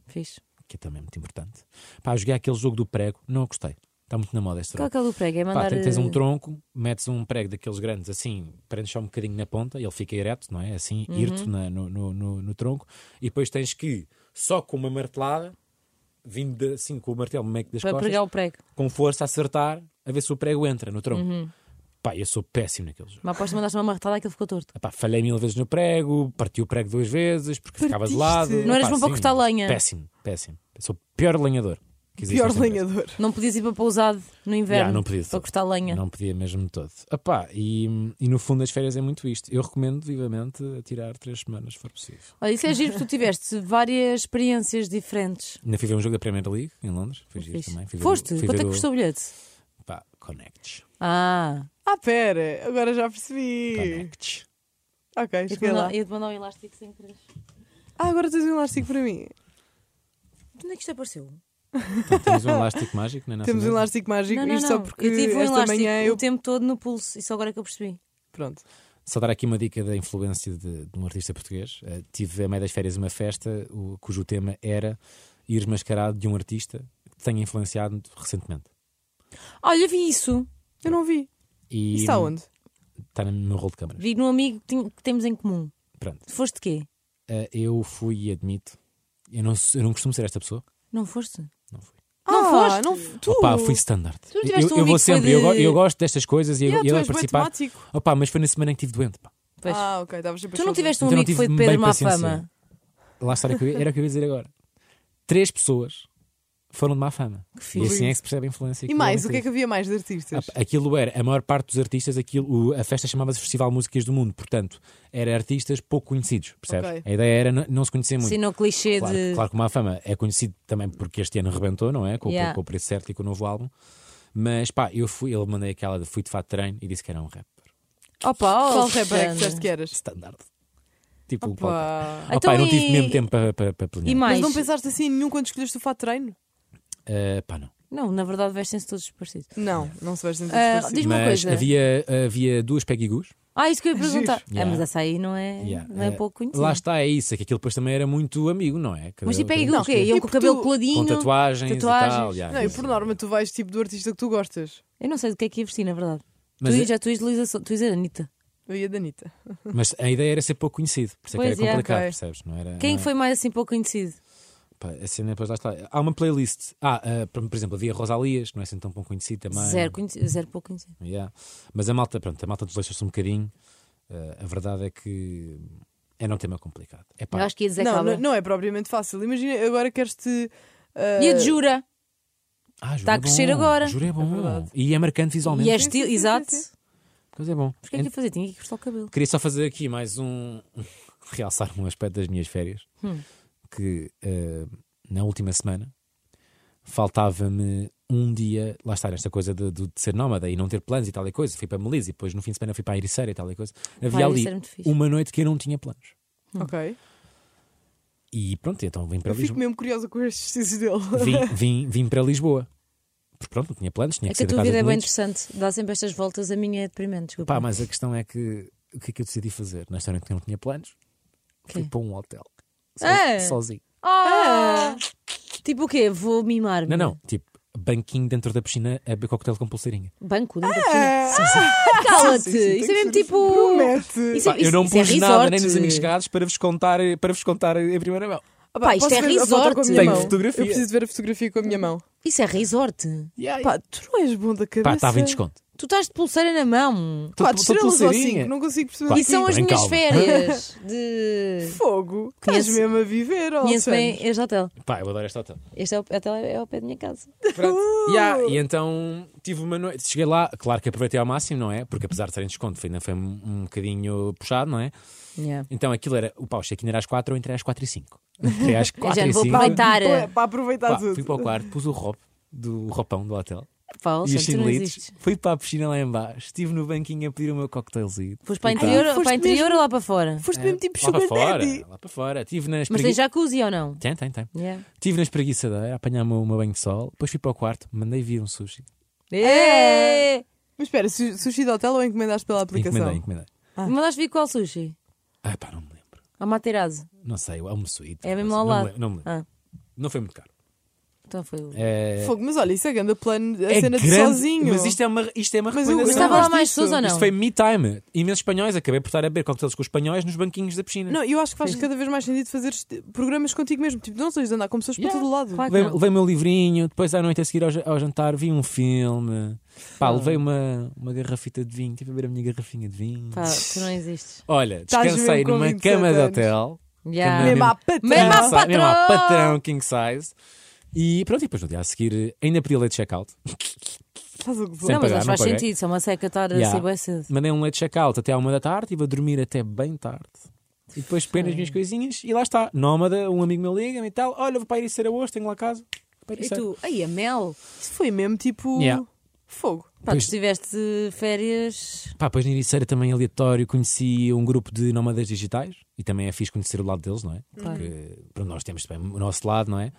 Speaker 4: Fixe.
Speaker 2: que é também muito importante. Pá, joguei aquele jogo do prego, não gostei. Está muito na moda este
Speaker 4: Qual é
Speaker 2: jogo.
Speaker 4: que é o do prego? É
Speaker 2: Pá,
Speaker 4: mandar.
Speaker 2: tens um
Speaker 4: eh,
Speaker 2: tronco, metes um prego daqueles grandes assim, prendes só um bocadinho na ponta, ele fica ereto, não é? Assim,
Speaker 4: Uhum.
Speaker 2: irto na- no, no- no- no tronco, e depois tens que, só com uma martelada, vindo de- assim com o martelo meio que das
Speaker 4: Para
Speaker 2: costas,
Speaker 4: pregar o prego.
Speaker 2: com força a acertar, a ver se o prego entra no tronco.
Speaker 4: Uhum.
Speaker 2: Pá, eu sou péssimo naquele jogo.
Speaker 4: Uma aposta mandaste uma marretada, aquilo ficou torto.
Speaker 2: Epá, falhei mil vezes no prego, parti o prego duas vezes porque ficava de lado.
Speaker 3: Partiste?
Speaker 4: Não eras
Speaker 2: Epá,
Speaker 4: bom para
Speaker 2: sim,
Speaker 4: cortar lenha.
Speaker 2: Péssimo, péssimo. Sou o pior lenhador. que existe
Speaker 3: Pior
Speaker 2: nesta empresa.
Speaker 3: lenhador.
Speaker 4: Não podias ir para pousado no inverno
Speaker 2: Yeah, não podia de
Speaker 4: para
Speaker 2: todo.
Speaker 4: cortar lenha.
Speaker 2: Não podia mesmo de todo. Epá, e, e no fundo as férias é muito isto. Eu recomendo vivamente a tirar três semanas, se for possível.
Speaker 4: Olha, isso é giro, porque tu tiveste várias experiências diferentes.
Speaker 2: Ainda fui ver um jogo da Premier League em Londres. Fui giro
Speaker 4: Fixe.
Speaker 2: também. Fui ver o-
Speaker 4: Foste?
Speaker 2: fui
Speaker 4: Quanto
Speaker 2: ver
Speaker 4: é que
Speaker 2: o-
Speaker 4: custou o bilhete?
Speaker 2: Pá, Connects.
Speaker 4: Ah,
Speaker 3: Ah, pera, agora já percebi.
Speaker 2: Connects.
Speaker 3: Ok,
Speaker 4: ia-te
Speaker 3: cheguei é lá.
Speaker 4: mandar, ia-te mandar um elástico sem querer.
Speaker 3: Ah, agora tens um elástico para mim.
Speaker 4: De onde é que isto apareceu?
Speaker 2: Então, temos um elástico mágico na nossa
Speaker 3: Temos um
Speaker 2: mesa.
Speaker 3: elástico mágico.
Speaker 4: não, não,
Speaker 3: Isto
Speaker 4: não.
Speaker 3: só porque
Speaker 4: eu tive um
Speaker 3: esta
Speaker 4: elástico
Speaker 3: manhã eu.
Speaker 4: o tempo todo no pulso, isso agora é que eu percebi.
Speaker 3: Pronto.
Speaker 2: Só dar aqui uma dica da influência de, de um artista português. Eh, tive a meio das férias uma festa o- cujo tema era ir mascarado de um artista que tenha influenciado recentemente.
Speaker 4: Olha, vi isso.
Speaker 3: Eu não vi.
Speaker 2: E
Speaker 3: Isto está onde?
Speaker 2: Está no meu rolo de câmaras.
Speaker 4: Vi num amigo que, tin- que temos em comum.
Speaker 2: Pronto.
Speaker 4: Foste de quê?
Speaker 2: Eh, eu fui e admito. Eu não, sou- eu não costumo ser esta pessoa.
Speaker 4: Não foste?
Speaker 2: Não fui.
Speaker 4: Não
Speaker 3: ah,
Speaker 4: foste?
Speaker 3: Não, tu.
Speaker 2: Opa, fui standard.
Speaker 4: Tu tiveste
Speaker 2: eu,
Speaker 4: um
Speaker 2: eu vou
Speaker 4: amigo que foi
Speaker 2: sempre, eu, go-
Speaker 4: de-
Speaker 2: eu gosto destas coisas e eu-
Speaker 3: Yeah,
Speaker 2: e
Speaker 3: tu
Speaker 2: eu
Speaker 3: és bué
Speaker 2: participar.
Speaker 3: temático.
Speaker 2: Opa, mas foi na semana em que estive doente. pá.
Speaker 4: Pois.
Speaker 3: Ah, ok, estavas sempre
Speaker 4: tu não
Speaker 3: sozinho.
Speaker 4: tiveste um
Speaker 2: Então não
Speaker 4: amigo
Speaker 2: tive
Speaker 4: que foi de
Speaker 2: bem
Speaker 4: Pedro má
Speaker 2: paciência.
Speaker 4: fama.
Speaker 2: Lá está, era o que eu- era o que eu ia dizer agora. Três pessoas foram de má fama.
Speaker 4: fixe.
Speaker 2: E assim é que se percebe a influência.
Speaker 3: E mais, o
Speaker 2: homem
Speaker 3: que é
Speaker 2: teve.
Speaker 3: que havia mais de artistas?
Speaker 2: Ah, pá, Aquilo era, a maior parte dos artistas, aquilo, o- a festa chamava-se Festival de Músicas do Mundo, portanto, era artistas pouco conhecidos, percebes?
Speaker 3: Ok.
Speaker 2: A ideia era n- não se conhecer muito.
Speaker 4: Sim, Assim, no clichê
Speaker 2: Claro,
Speaker 4: de.
Speaker 2: claro que o Mafama é conhecido também porque este ano rebentou, não é? Com, o-
Speaker 4: Yeah.
Speaker 2: com o preço certo e com o novo álbum. Mas pá, eu fui, ele mandei aquela de fui de fato treino e disse que era um rapper.
Speaker 4: Opa, oh,
Speaker 3: Qual rapper é que disseste
Speaker 4: Alexandre.
Speaker 3: que eras?
Speaker 2: Standard. Tipo o qualquer.
Speaker 3: Opa.
Speaker 2: Opa,
Speaker 4: Então
Speaker 2: eu não tive
Speaker 4: e-
Speaker 2: mesmo tempo para, para, para planear.
Speaker 4: E mais?
Speaker 3: Mas não pensaste assim em nenhum quando escolheste o fato de treino?
Speaker 2: Eh, pá, não.
Speaker 4: Não, na verdade vestem-se todos parecidos.
Speaker 3: Não, não se vestem todos
Speaker 4: Ah,
Speaker 3: parecidos.
Speaker 4: diz-me uma
Speaker 2: Mas
Speaker 4: coisa.
Speaker 2: havia, havia duas Peggy Goos.
Speaker 4: Ah, isso que eu ia
Speaker 3: Giro.
Speaker 4: perguntar. É,
Speaker 2: Yeah.
Speaker 4: mas essa aí não é,
Speaker 2: Yeah.
Speaker 4: não é
Speaker 2: Eh,
Speaker 4: pouco conhecida.
Speaker 2: Lá está, é isso. É que aquilo depois também era muito amigo, não é? Cada-
Speaker 4: Mas tipo, é
Speaker 2: cada-
Speaker 4: igual o quê? Iam com o
Speaker 3: porque
Speaker 4: cabelo
Speaker 3: tu-
Speaker 4: coladinho.
Speaker 2: Com tatuagens,
Speaker 4: tatuagens.
Speaker 2: e tal. yeah,
Speaker 3: Não, e
Speaker 2: yeah.
Speaker 3: por norma tu vais tipo do artista que tu gostas.
Speaker 4: Eu não sei do que é que ia vestir, na verdade.
Speaker 2: Mas
Speaker 4: tu
Speaker 2: é-
Speaker 4: és já tu és Luísa So- tu és a Anitta.
Speaker 3: Eu ia da Anitta.
Speaker 2: Mas a ideia era ser pouco conhecido, por isso é que era
Speaker 4: Pois é,
Speaker 2: complicado,
Speaker 3: ok.
Speaker 2: percebes? Não era,
Speaker 4: Quem
Speaker 2: não-
Speaker 4: foi mais assim pouco conhecido?
Speaker 2: Pá, a cena, depois lá está. Há uma playlist. Ah, ah, por por exemplo, havia Rosalias, que não é assim tão pouco conhecida também.
Speaker 4: Zero, conhecido, zero pouco conhecido.
Speaker 2: Yeah. Mas a malta, pronto, a malta desleixou-se um bocadinho. Ah, a verdade é que era um tema complicado. É pá,
Speaker 4: Eu acho que ia dizer
Speaker 3: Não,
Speaker 4: cabra.
Speaker 3: não, não é propriamente fácil. Imagina, agora queres-te. ah,
Speaker 4: E a de Jura?
Speaker 2: ah, juro
Speaker 4: está tá a
Speaker 2: é
Speaker 4: crescer
Speaker 2: bom,
Speaker 4: agora.
Speaker 2: Juro é bom.
Speaker 3: verdade.
Speaker 2: e é marcante visualmente.
Speaker 4: E é
Speaker 3: Sim,
Speaker 4: estilo,
Speaker 3: sim, sim,
Speaker 4: exato.
Speaker 3: sim, sim.
Speaker 2: Coisa é bom.
Speaker 4: Mas o que é que ia fazer? Tinha que cortar o cabelo.
Speaker 2: Queria só fazer aqui mais um. realçar um aspecto das minhas férias.
Speaker 4: Hum.
Speaker 2: Que eh, na última semana faltava-me um dia. Lá está, esta coisa de, de- de ser nómada e não ter planos e tal e coisa. Fui para Melise e depois no fim de semana fui para a Ericeira e tal e coisa. Havia ali
Speaker 4: Ericeira é muito fixe.
Speaker 2: uma noite que eu não tinha planos.
Speaker 4: Hum.
Speaker 3: Ok.
Speaker 2: E pronto, então vim para
Speaker 3: Eu fico
Speaker 2: Lisboa.
Speaker 3: mesmo curiosa com estes exercícios dele.
Speaker 2: Vim, vim, vim para Lisboa. Porque pronto, não tinha planos, tinha
Speaker 4: É
Speaker 2: que
Speaker 4: que
Speaker 2: ser
Speaker 4: a
Speaker 2: da
Speaker 4: tua
Speaker 2: casa de
Speaker 4: vida é bem
Speaker 2: muitos.
Speaker 4: interessante. Dá sempre estas voltas. A minha é deprimente, desculpa.
Speaker 2: Pá, mas a questão é que o que é que eu decidi fazer? Nesta noite que eu não tinha planos, fui
Speaker 4: Quê?
Speaker 2: para um hotel. So-
Speaker 4: Ah!
Speaker 2: Sozinho.
Speaker 4: Ah! Tipo o quê? Vou mimar-me?
Speaker 2: Não, não, tipo, banquinho dentro da piscina a beber coquetel com pulseirinha.
Speaker 4: Banco, dentro da piscina. Sim, sim. Cala-te!
Speaker 3: Ah! Sim, sim, tem
Speaker 4: Isso
Speaker 3: que
Speaker 4: é mesmo
Speaker 3: ser assim.
Speaker 4: tipo.
Speaker 3: Promete.
Speaker 4: Isso é-
Speaker 2: Pá, eu não
Speaker 4: isso é
Speaker 2: pus nada nem
Speaker 4: resort.
Speaker 2: nos amigos chegados para vos contar, para vos contar em primeira mão.
Speaker 3: Ah,
Speaker 4: Pá, isto
Speaker 3: posso
Speaker 4: é
Speaker 3: ver a foto
Speaker 4: resort.
Speaker 3: com a minha
Speaker 2: Tenho
Speaker 3: mão?
Speaker 2: fotografia.
Speaker 3: Eu preciso ver a fotografia com a minha mão.
Speaker 4: Isso é resort.
Speaker 2: Yeah.
Speaker 3: Pá, tu não és bom da cabeça.
Speaker 2: Pá, tá
Speaker 4: eh,
Speaker 2: estava em desconto.
Speaker 4: Tu estás de pulseira na mão.
Speaker 2: Tô- tô-
Speaker 3: Quatro
Speaker 2: tô
Speaker 3: estrelas ou
Speaker 2: pulseirinha.
Speaker 3: cinco, não consigo perceber. é
Speaker 2: Pá,
Speaker 4: E são as
Speaker 2: bem,
Speaker 4: minhas
Speaker 2: calma.
Speaker 4: férias de.
Speaker 3: Fogo.
Speaker 4: Conheço-
Speaker 3: Estás mesmo a viver, ó.
Speaker 4: Conheço bem este hotel.
Speaker 2: Pá, eu adoro este hotel.
Speaker 4: Este é o- hotel é ao pé da minha casa. Uh!
Speaker 2: Pronto. Yeah, E então tive uma noite. Cheguei lá, claro que aproveitei ao máximo, não é? Porque apesar de serem desconto, foi- ainda foi um, um bocadinho puxado, não é? Então aquilo era. O pau, check-in era às 4, eu entrei às 4 e 5. Entrei às 4
Speaker 4: gente,
Speaker 2: e
Speaker 4: vou
Speaker 2: 5.
Speaker 4: aproveitar. Tar.
Speaker 3: Para aproveitar
Speaker 2: Pá,
Speaker 3: tudo.
Speaker 2: fui para o quarto, pus o rope do roupão do hotel
Speaker 4: Pá, Alexandre,
Speaker 2: e os
Speaker 4: tu não
Speaker 2: chinelitos.
Speaker 4: existes.
Speaker 2: Fui para a piscina lá em baixo, estive no banquinho a pedir o meu cocktailzinho.
Speaker 4: Foste para
Speaker 2: E
Speaker 4: a
Speaker 2: pá,
Speaker 4: interior,
Speaker 3: Ah, Foste
Speaker 4: para a interior
Speaker 3: mesmo-
Speaker 4: ou lá para fora?
Speaker 3: Foste mesmo tipo
Speaker 2: É, lá para
Speaker 3: Sugar
Speaker 2: fora,
Speaker 3: Daddy.
Speaker 2: lá para fora. Estive na
Speaker 4: Mas tem
Speaker 2: espreguiça.
Speaker 4: jacuzzi ou não?
Speaker 2: Tem, tem, tem.
Speaker 4: Yeah.
Speaker 2: Estive na espreguiçadeira a apanhar o meu, o meu banho de sol, depois fui para o quarto, mandei vir um sushi.
Speaker 4: É.
Speaker 3: Mas espera, su- sushi de hotel ou encomendaste pela aplicação?
Speaker 2: Encomendei, encomendei.
Speaker 3: Ah.
Speaker 4: Mandaste vir qual sushi?
Speaker 2: Ah, pá, não me lembro.
Speaker 4: A Materazzo.
Speaker 2: Não sei, é um suíte.
Speaker 4: É mesmo
Speaker 2: não
Speaker 4: ao
Speaker 2: me
Speaker 4: lado.
Speaker 2: lembro, Não me lembro.
Speaker 4: Ah,
Speaker 2: Não foi muito caro.
Speaker 4: então foi o.
Speaker 2: É,
Speaker 3: Fogo, mas olha, isso é grande plano, a
Speaker 2: é
Speaker 3: cena de
Speaker 2: grande,
Speaker 3: sozinho.
Speaker 2: Mas isto é uma, isto é uma
Speaker 3: Mas eu
Speaker 2: recomendação.
Speaker 3: gostava
Speaker 4: Estava lá mais
Speaker 3: disto.
Speaker 4: pessoas ou não?
Speaker 2: Isto foi me time. Imensos espanhóis. Acabei por estar a beber coqueteles com os espanhóis nos banquinhos da piscina.
Speaker 3: Não, eu acho que faz cada vez mais sentido fazer este- programas contigo mesmo. Tipo, não tens de andar com pessoas
Speaker 2: Yeah.
Speaker 3: para todo lado.
Speaker 4: Claro que
Speaker 2: Levei,
Speaker 4: não.
Speaker 2: levei o meu um livrinho, depois à noite a seguir ao, ja- ao jantar vi um filme.
Speaker 4: Ah.
Speaker 2: Pá, levei uma, uma garrafita de vinho, tive a beber a minha garrafinha de vinho.
Speaker 4: Pá, tu não existes.
Speaker 2: Olha,
Speaker 3: Estás
Speaker 2: descansei
Speaker 3: mesmo com
Speaker 2: numa
Speaker 3: 27
Speaker 2: cama de
Speaker 3: anos.
Speaker 2: hotel.
Speaker 4: Yeah.
Speaker 2: Também
Speaker 3: Mesmo à patrão.
Speaker 4: Mesmo à
Speaker 2: King size- mesmo à
Speaker 4: patrão.
Speaker 2: patrão, king size. E pronto, e depois no dia a seguir ainda pedi leite check-out.
Speaker 3: Estás a
Speaker 2: Sem
Speaker 3: gozar.
Speaker 4: não, mas
Speaker 2: pagar,
Speaker 4: não faz
Speaker 2: não paguei.
Speaker 4: sentido, só uma seca estar
Speaker 2: Yeah.
Speaker 4: a ser bué cedo.
Speaker 2: Mandei um leite check-out até à uma da tarde, estive a dormir até bem tarde. E depois pego as minhas coisinhas e lá está. Nómada, um amigo meu liga-me e tal. Olha, vou para Ericeira hoje, tenho lá casa. Para
Speaker 4: E
Speaker 2: Ericeira.
Speaker 4: tu, aí a Mel,
Speaker 3: Isso foi mesmo tipo.
Speaker 2: Yeah.
Speaker 3: Fogo.
Speaker 4: pá,
Speaker 2: Pois-
Speaker 4: tu tiveste eh, férias.
Speaker 2: Pá, pois na Ericeira também aleatório conheci um grupo de nómadas digitais e também é fixe conhecer o lado deles, não é? Porque pronto, nós temos também o nosso lado, não é?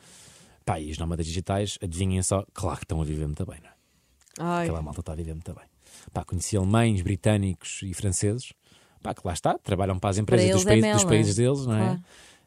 Speaker 2: Pá, e os nómadas digitais, adivinhem só, claro que estão a viver muito bem, não é?
Speaker 3: Ai.
Speaker 2: Aquela malta está a viver muito bem. Pá, conheci alemães, britânicos e franceses, pá, que lá está, trabalham para as empresas
Speaker 4: eles
Speaker 2: dos,
Speaker 4: é
Speaker 2: países,
Speaker 4: mel,
Speaker 2: dos
Speaker 4: não é?
Speaker 2: países deles, não é?
Speaker 4: Claro.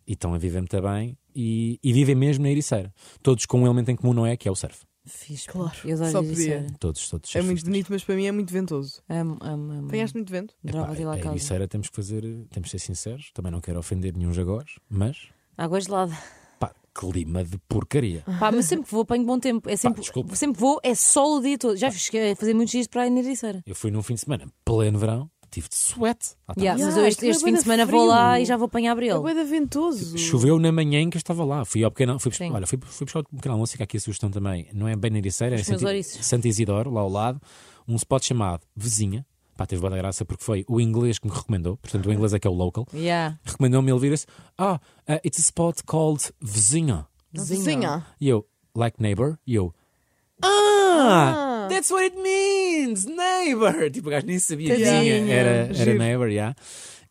Speaker 2: E estão a viver muito bem e, e vivem mesmo na Ericeira. Todos com um elemento em comum, não é? Que é o surf.
Speaker 4: Fiz, claro. Eu
Speaker 3: Só
Speaker 4: adoro
Speaker 3: podia.
Speaker 4: isso.
Speaker 2: Todos, todos.
Speaker 3: É muito
Speaker 2: surfistas.
Speaker 3: bonito, mas para mim é muito ventoso.
Speaker 4: Amo, amo, amo.
Speaker 3: Apanhaste muito vento?
Speaker 2: Epá,
Speaker 4: Droga de ir lá a
Speaker 2: a
Speaker 4: casa.
Speaker 2: Ericeira é temos que fazer, temos que ser sinceros, também não quero ofender nenhum jagós, mas
Speaker 4: Água gelada.
Speaker 2: pá, clima de porcaria.
Speaker 4: Pá, mas sempre que vou, apanho bom tempo. É sempre,
Speaker 2: desculpa.
Speaker 4: sempre que vou, é sol o dia todo. Já fiz a fazer muitos dias para a Nericeira.
Speaker 2: Eu fui num fim de semana, pleno verão, tive de suéte. Ah, tá. à tarde.
Speaker 4: Yeah,
Speaker 3: Yeah,
Speaker 4: mas eu este,
Speaker 3: aquilo é
Speaker 4: este
Speaker 3: bué
Speaker 4: fim de
Speaker 3: de
Speaker 4: semana
Speaker 3: frio.
Speaker 4: vou lá e já vou apanhar
Speaker 3: É
Speaker 4: abril.
Speaker 3: bué ventoso.
Speaker 2: Choveu na manhã em que eu estava lá. Fui ao pequeno, fui,
Speaker 4: Sim.
Speaker 2: olha, fui, fui buscar um pequeno almoço, fica aqui a sugestão também. Não é bem na Ericeira, é em
Speaker 4: Os meus
Speaker 2: Santi-
Speaker 4: ouriços.
Speaker 2: Santo Isidoro, lá ao lado, um spot chamado Vizinha. Pá, teve boa da graça porque foi o inglês que me recomendou, portanto o inglês é que é o local.
Speaker 4: Yeah.
Speaker 2: Recomendou-me, ele vira-se: Ah, uh, it's a spot called Vizinha.
Speaker 3: Vizinha.
Speaker 2: E eu, like neighbor, e eu, ah, that's what it means, neighbor. Tipo, o gajo nem sabia que
Speaker 3: Tadinho,
Speaker 2: tinha. Era, era
Speaker 3: giro.
Speaker 2: neighbor, yeah.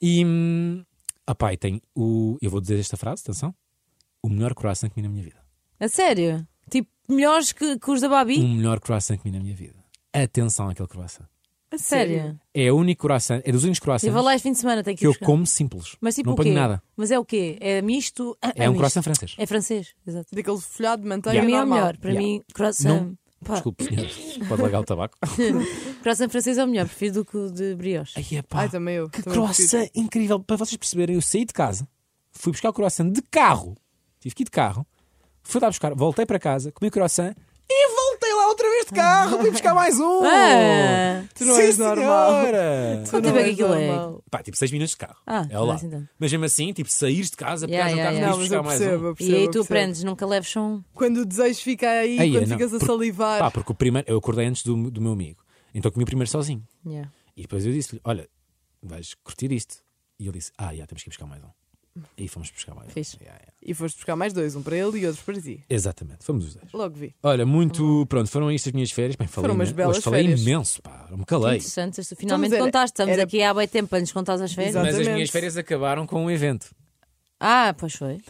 Speaker 2: E, hum, opá, e tem o, eu vou dizer esta frase, atenção, o melhor coração que comi na minha vida.
Speaker 4: A sério? Tipo, melhores que, que os da Babi?
Speaker 2: O melhor croissant que comi na minha vida. Atenção àquele croissant.
Speaker 3: A
Speaker 4: Sério?
Speaker 2: É o único croissant, é dos únicos
Speaker 4: Eu
Speaker 2: croissants
Speaker 4: vou lá este fim de semana, tenho que
Speaker 2: que
Speaker 4: ir
Speaker 2: eu
Speaker 4: buscar.
Speaker 2: como simples.
Speaker 4: Mas tipo
Speaker 2: não
Speaker 4: o quê?
Speaker 2: ponho nada.
Speaker 4: Mas é o quê? É misto? Ah,
Speaker 2: É um
Speaker 4: misto.
Speaker 2: croissant francês.
Speaker 4: É francês, exato.
Speaker 3: Daquele folhado de manteiga
Speaker 4: Para mim é o
Speaker 3: normal.
Speaker 4: melhor. Para
Speaker 2: Yeah.
Speaker 4: mim, croissant...
Speaker 2: Não.
Speaker 4: Pá,
Speaker 2: Desculpe, senhor. Pode largar o tabaco.
Speaker 4: croissant francês é o melhor, prefiro do que o de brioche.
Speaker 2: Ai, epá,
Speaker 3: Ai, também eu.
Speaker 2: que
Speaker 3: também prefiro.
Speaker 2: croissant incrível. Para vocês perceberem, eu saí de casa, fui buscar o croissant de carro, tive que ir de carro, fui lá buscar, voltei para casa, comi o croissant e voltei lá outra vez de carro, fui buscar mais um.
Speaker 4: Ah,
Speaker 3: Tu não
Speaker 2: Sim,
Speaker 3: és normal.
Speaker 2: senhora.
Speaker 4: Quanto tempo é que aquilo é?
Speaker 3: normal.
Speaker 2: Pá, tipo 6 minutos de carro.
Speaker 4: Ah,
Speaker 2: é lá.
Speaker 4: assim
Speaker 3: então.
Speaker 4: tanto.
Speaker 2: Mas mesmo assim, tipo, saíres de casa,
Speaker 4: Yeah,
Speaker 2: pegares um
Speaker 4: yeah, yeah.
Speaker 2: carro e
Speaker 3: Não, mas
Speaker 2: ires buscar
Speaker 3: eu
Speaker 2: mais
Speaker 3: percebo,
Speaker 2: um.
Speaker 3: eu
Speaker 4: E
Speaker 3: percebo,
Speaker 4: aí
Speaker 3: eu
Speaker 4: tu
Speaker 3: percebo.
Speaker 4: aprendes, nunca leves só um.
Speaker 3: Quando o desejo fica aí,
Speaker 2: Aí,
Speaker 3: quando
Speaker 2: não,
Speaker 3: ficas a
Speaker 2: porque-
Speaker 3: salivar.
Speaker 2: Pá, porque o primeiro, eu acordei antes do, do meu amigo. Então comi o primeiro sozinho.
Speaker 4: Yeah.
Speaker 2: E depois eu disse-lhe: Olha, vais curtir isto. E ele disse: Ah, já temos que ir buscar mais um. E fomos buscar mais
Speaker 4: Fixe.
Speaker 2: um. Yeah, yeah.
Speaker 3: E foste buscar mais dois, um para ele e outro para ti.
Speaker 2: Exatamente, fomos os dois.
Speaker 3: Logo vi.
Speaker 2: Olha, muito. Pronto, foram isto as minhas férias. Bem, falei,
Speaker 3: Foram umas
Speaker 2: imen-
Speaker 3: belas
Speaker 2: hoje falei
Speaker 3: férias.
Speaker 2: imenso, pá. Me calei.
Speaker 4: Interessante, isto finalmente
Speaker 3: era-
Speaker 4: contaste. Estamos
Speaker 3: era-
Speaker 4: aqui há bem tempo para nos contar as férias.
Speaker 2: Mas
Speaker 3: Exato.
Speaker 2: as
Speaker 3: Exatamente.
Speaker 2: minhas férias acabaram com um evento.
Speaker 4: Ah, pois foi.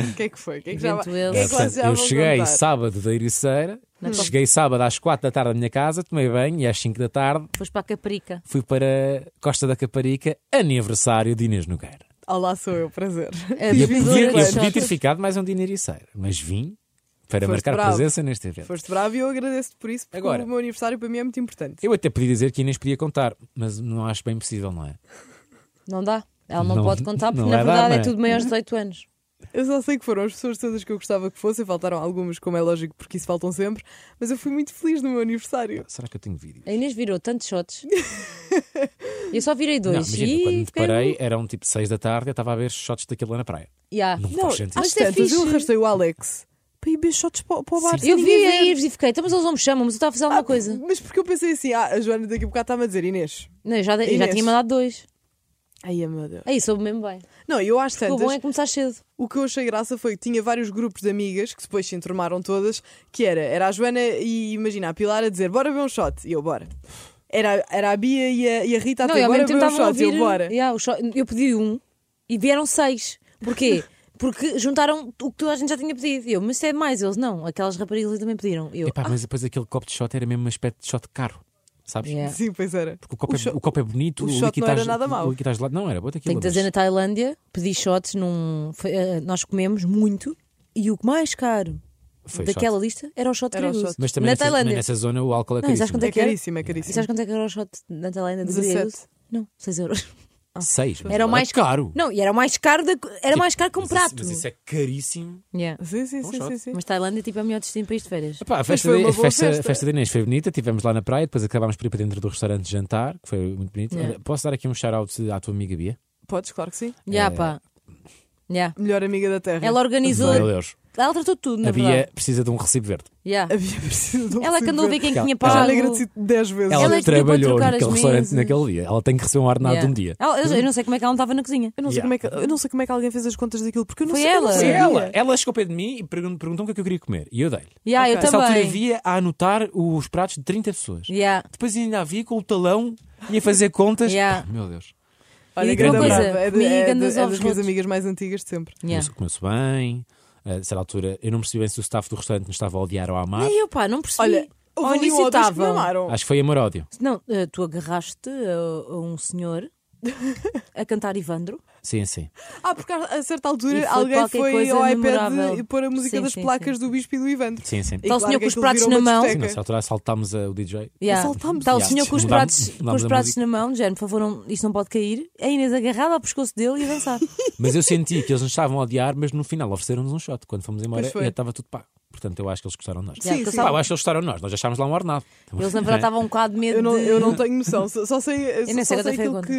Speaker 3: O que é que foi? O que é que já vai?
Speaker 4: Invento eu.
Speaker 3: o que é
Speaker 2: Ah,
Speaker 3: que
Speaker 2: portanto,
Speaker 3: vocês já
Speaker 2: eu
Speaker 3: vão
Speaker 2: cheguei
Speaker 3: contar?
Speaker 2: sábado da Ericeira, cheguei sábado às 4 da tarde à minha casa, tomei banho e às 5 da tarde
Speaker 4: Foste para a Caparica.
Speaker 2: fui para Costa da Caparica, aniversário de Inês Nogueira.
Speaker 3: Olá, sou eu, prazer.
Speaker 4: É,
Speaker 2: E eu
Speaker 4: Mas vim
Speaker 2: podia,
Speaker 4: dois,
Speaker 2: eu
Speaker 4: só.
Speaker 2: podia ter ficado mais um dia na Ericeira, mas vim para
Speaker 3: Foste
Speaker 2: marcar
Speaker 3: bravo.
Speaker 2: presença neste evento.
Speaker 3: Foste bravo e eu agradeço-te por isso, porque
Speaker 2: Agora.
Speaker 3: o meu aniversário para mim é muito importante.
Speaker 2: Eu até podia dizer que a Inês podia contar, mas não acho bem possível, não é?
Speaker 4: Não dá. Ela não,
Speaker 2: Não-
Speaker 4: pode contar porque
Speaker 2: não
Speaker 4: na
Speaker 2: é dar,
Speaker 4: verdade
Speaker 2: não
Speaker 4: é
Speaker 2: é?
Speaker 4: tudo maior de 18 anos.
Speaker 3: Eu só sei que foram as pessoas todas que eu gostava que fossem, faltaram algumas, como é lógico, porque isso faltam sempre, mas eu fui muito feliz no meu aniversário.
Speaker 2: Será que eu tenho vídeo?
Speaker 4: A Inês virou tantos shots. Eu só virei
Speaker 2: Não,
Speaker 4: dois.
Speaker 2: imagina,
Speaker 4: e
Speaker 2: quando me
Speaker 4: fiquei-
Speaker 2: deparei, eram tipo 6 da tarde, eu estava a ver shots daquilo lá na praia.
Speaker 4: Yeah.
Speaker 2: Não, faz sentido.
Speaker 4: mas
Speaker 3: Às
Speaker 4: isso é
Speaker 3: tantas, eu
Speaker 4: fixe.
Speaker 3: arrastei o Alex para ir beber shots para, para o bar.
Speaker 4: Eu
Speaker 3: sem
Speaker 4: vi
Speaker 3: ninguém
Speaker 4: a
Speaker 3: ver.
Speaker 4: Ives e fiquei, então, mas eles não me chamam, mas eu estava a fazer
Speaker 3: Ah,
Speaker 4: alguma coisa.
Speaker 3: Mas porque eu pensei assim, ah, a Joana daqui a bocado estava a dizer Inês.
Speaker 4: Não, eu já, eu já
Speaker 3: Inês.
Speaker 4: tinha mandado dois.
Speaker 3: Ai, meu Deus.
Speaker 4: Aí soube mesmo bem.
Speaker 3: Não, eu às
Speaker 4: O
Speaker 3: tantas,
Speaker 4: bom é começar cedo.
Speaker 3: o que eu achei graça foi que tinha vários grupos de amigas que depois se enturmaram todas, que era, era a Joana e imagina a Pilar a dizer bora ver um shot e eu bora. Era, era a Bia e a, e a Rita a
Speaker 4: Não, e
Speaker 3: dizer
Speaker 4: ao
Speaker 3: bora
Speaker 4: mesmo
Speaker 3: ver
Speaker 4: tempo
Speaker 3: um
Speaker 4: estavam a
Speaker 3: shot e eu
Speaker 4: ouvir.
Speaker 3: bora.
Speaker 4: Yeah, o shot- eu pedi um e vieram seis. Porquê? Porque juntaram o que toda a gente já tinha pedido. E Eu, mas isto é mais, eles não. Aquelas raparigas ali também pediram. Eu,
Speaker 2: Epá,
Speaker 4: ah,
Speaker 2: mas depois aquele copo de shot era mesmo um aspecto de shot caro, sabes?
Speaker 4: yeah.
Speaker 3: Sim, pois era.
Speaker 2: Porque o copo,
Speaker 3: O
Speaker 2: é,
Speaker 3: shot-
Speaker 2: o copo é bonito,
Speaker 3: o
Speaker 2: o,
Speaker 3: shot não
Speaker 2: líquido
Speaker 3: era
Speaker 2: está-
Speaker 3: nada mau.
Speaker 2: O líquido está gelado. Não, era bom daquilo.
Speaker 4: Tenho que dizer, na Tailândia pedi shots num. foi, eh, nós comemos muito e o que mais caro
Speaker 2: Foi
Speaker 4: daquela
Speaker 2: shot.
Speaker 4: lista era o shot
Speaker 3: Era o
Speaker 4: cremoso.
Speaker 3: shot.
Speaker 2: Mas também
Speaker 4: na
Speaker 2: nessa,
Speaker 4: Tailândia.
Speaker 2: nessa zona o álcool é
Speaker 4: Não, mas sabes
Speaker 2: caríssimo.
Speaker 4: quanto
Speaker 3: É
Speaker 4: que era?
Speaker 3: caríssimo, é
Speaker 4: E
Speaker 3: caríssimo.
Speaker 4: sabes quanto é que era o shot na Tailândia? do
Speaker 3: 17?
Speaker 4: Griegoso? Não, 6 euros.
Speaker 2: Seis. mas
Speaker 4: Era o mais
Speaker 2: caro.
Speaker 4: Não, e era o mais caro, da- era
Speaker 2: Tipo,
Speaker 4: mais caro que um
Speaker 2: mas
Speaker 4: prato.
Speaker 2: Isso, mas isso é caríssimo.
Speaker 4: Yeah.
Speaker 3: Sim, sim,
Speaker 2: Um
Speaker 3: sim,
Speaker 2: shot.
Speaker 3: sim, sim.
Speaker 4: Mas Tailândia tipo, é o melhor destino para isto de férias.
Speaker 2: Epá, a festa,
Speaker 3: foi
Speaker 2: de,
Speaker 3: uma
Speaker 2: a
Speaker 3: boa
Speaker 2: festa,
Speaker 3: festa.
Speaker 2: a festa de Inês foi bonita, estivemos lá na praia, depois acabámos por ir para dentro do restaurante jantar, que foi muito bonito.
Speaker 4: Yeah.
Speaker 2: Olha, Posso dar aqui um shout-out à tua amiga Bia?
Speaker 3: Podes, claro que sim.
Speaker 2: É.
Speaker 4: Ya, pá. Ya.
Speaker 3: Melhor amiga da Terra.
Speaker 4: Ela organizou.
Speaker 2: Meu Deus.
Speaker 4: Ela tratou tudo, na
Speaker 2: A Bia
Speaker 4: verdade.
Speaker 2: precisa de um recibo verde.
Speaker 4: Ya.
Speaker 3: Havia preciso de um
Speaker 4: Ela é que andou a ver
Speaker 3: receber.
Speaker 4: quem
Speaker 2: Ela-
Speaker 4: tinha
Speaker 2: ela-
Speaker 3: Já
Speaker 4: pago.
Speaker 3: lhe agradeci 10 vezes.
Speaker 2: Ela,
Speaker 4: Ela é que pediu para
Speaker 2: trabalhou
Speaker 4: trocar as
Speaker 2: naquele restaurante
Speaker 4: mesas.
Speaker 2: naquele dia. Ela tem que receber um ordenado
Speaker 4: Ya.
Speaker 2: de um dia.
Speaker 4: Ela- eu, eu não sei como é que ela não estava na cozinha.
Speaker 3: Eu não, sei
Speaker 2: Yeah.
Speaker 3: como é que, eu não sei como é que alguém fez as contas daquilo, porque eu não
Speaker 4: Foi
Speaker 3: sei. eu não
Speaker 4: ela.
Speaker 2: Sim,
Speaker 3: sabia.
Speaker 2: ela, ela chegou ao pé de mim e pergun- perguntou-me o que é que eu queria comer. E eu dei-lhe.
Speaker 4: Ya,
Speaker 3: Ok.
Speaker 4: eu
Speaker 2: Nessa altura
Speaker 4: também.
Speaker 2: havia a anotar os pratos de 30 pessoas.
Speaker 4: Ya.
Speaker 2: Depois ainda havia com o talão e a fazer contas.
Speaker 4: Yeah.
Speaker 2: Pá, meu Deus.
Speaker 4: E
Speaker 3: Olha,
Speaker 4: digo
Speaker 2: uma
Speaker 3: grande
Speaker 2: coisa,
Speaker 3: abraço. é, de-
Speaker 4: comigo
Speaker 3: é, de-
Speaker 4: andas
Speaker 3: é
Speaker 4: aos
Speaker 3: das minhas
Speaker 4: rotos.
Speaker 3: amigas mais antigas de sempre.
Speaker 4: Ya.
Speaker 2: Começou, começou bem. A certa altura, eu não percebi bem se o staff do restaurante nos estava a odiar ou a amar.
Speaker 4: E eu, pá, não percebi.
Speaker 3: Olha,
Speaker 4: Ao
Speaker 3: houve ali
Speaker 4: início
Speaker 3: outras que me
Speaker 4: estava.
Speaker 3: amaram.
Speaker 2: Acho um que foi amor-ódio.
Speaker 4: Não, eh, tu agarraste a, a um senhor a cantar Ivandro.
Speaker 2: Sim, sim.
Speaker 3: Ah, porque a a certa
Speaker 4: E
Speaker 3: altura
Speaker 4: foi
Speaker 3: alguém
Speaker 4: qualquer
Speaker 3: foi
Speaker 4: coisa
Speaker 3: ao iPad
Speaker 4: memorável.
Speaker 3: e pôr a música
Speaker 4: Sim,
Speaker 3: das
Speaker 4: sim,
Speaker 3: placas do Bispo e do Ivandro.
Speaker 2: Sim, sim.
Speaker 3: E
Speaker 4: Está o
Speaker 3: claro que
Speaker 4: senhor com os
Speaker 3: aquilo
Speaker 4: pratos
Speaker 3: virou uma
Speaker 4: na mão.
Speaker 2: Sim, nessa
Speaker 3: discoteca.
Speaker 2: altura assaltámos uh, o DJ.
Speaker 4: Ya.
Speaker 3: Assaltámos.
Speaker 4: Está o
Speaker 3: Ya.
Speaker 4: senhor com os
Speaker 2: Mudámos-
Speaker 4: pratos, com
Speaker 2: mudámos
Speaker 4: os
Speaker 2: a
Speaker 4: pratos
Speaker 2: música.
Speaker 4: na mão, de género, por favor, não- isto não pode cair. A Inês agarrada ao pescoço dele e a dançar.
Speaker 2: Mas eu senti que eles nos estavam a odiar, mas no final ofereceram-nos um shot. Quando fomos embora,
Speaker 3: Pois foi.
Speaker 2: eh, estava tudo pago. Portanto, eu acho que eles gostaram de nós.
Speaker 3: Sim,
Speaker 4: Yeah, porque
Speaker 3: sim.
Speaker 2: Pá, eu
Speaker 4: sabe-
Speaker 2: acho que eles gostaram de nós. Nós deixámos lá um ordenado.
Speaker 4: Eles na verdade estavam um bocado de medo
Speaker 3: Eu não,
Speaker 4: de-
Speaker 3: eu não tenho noção, só, só sei,
Speaker 4: nem sei
Speaker 3: só sei
Speaker 4: quanto foi a
Speaker 3: aquilo
Speaker 4: conta.
Speaker 3: que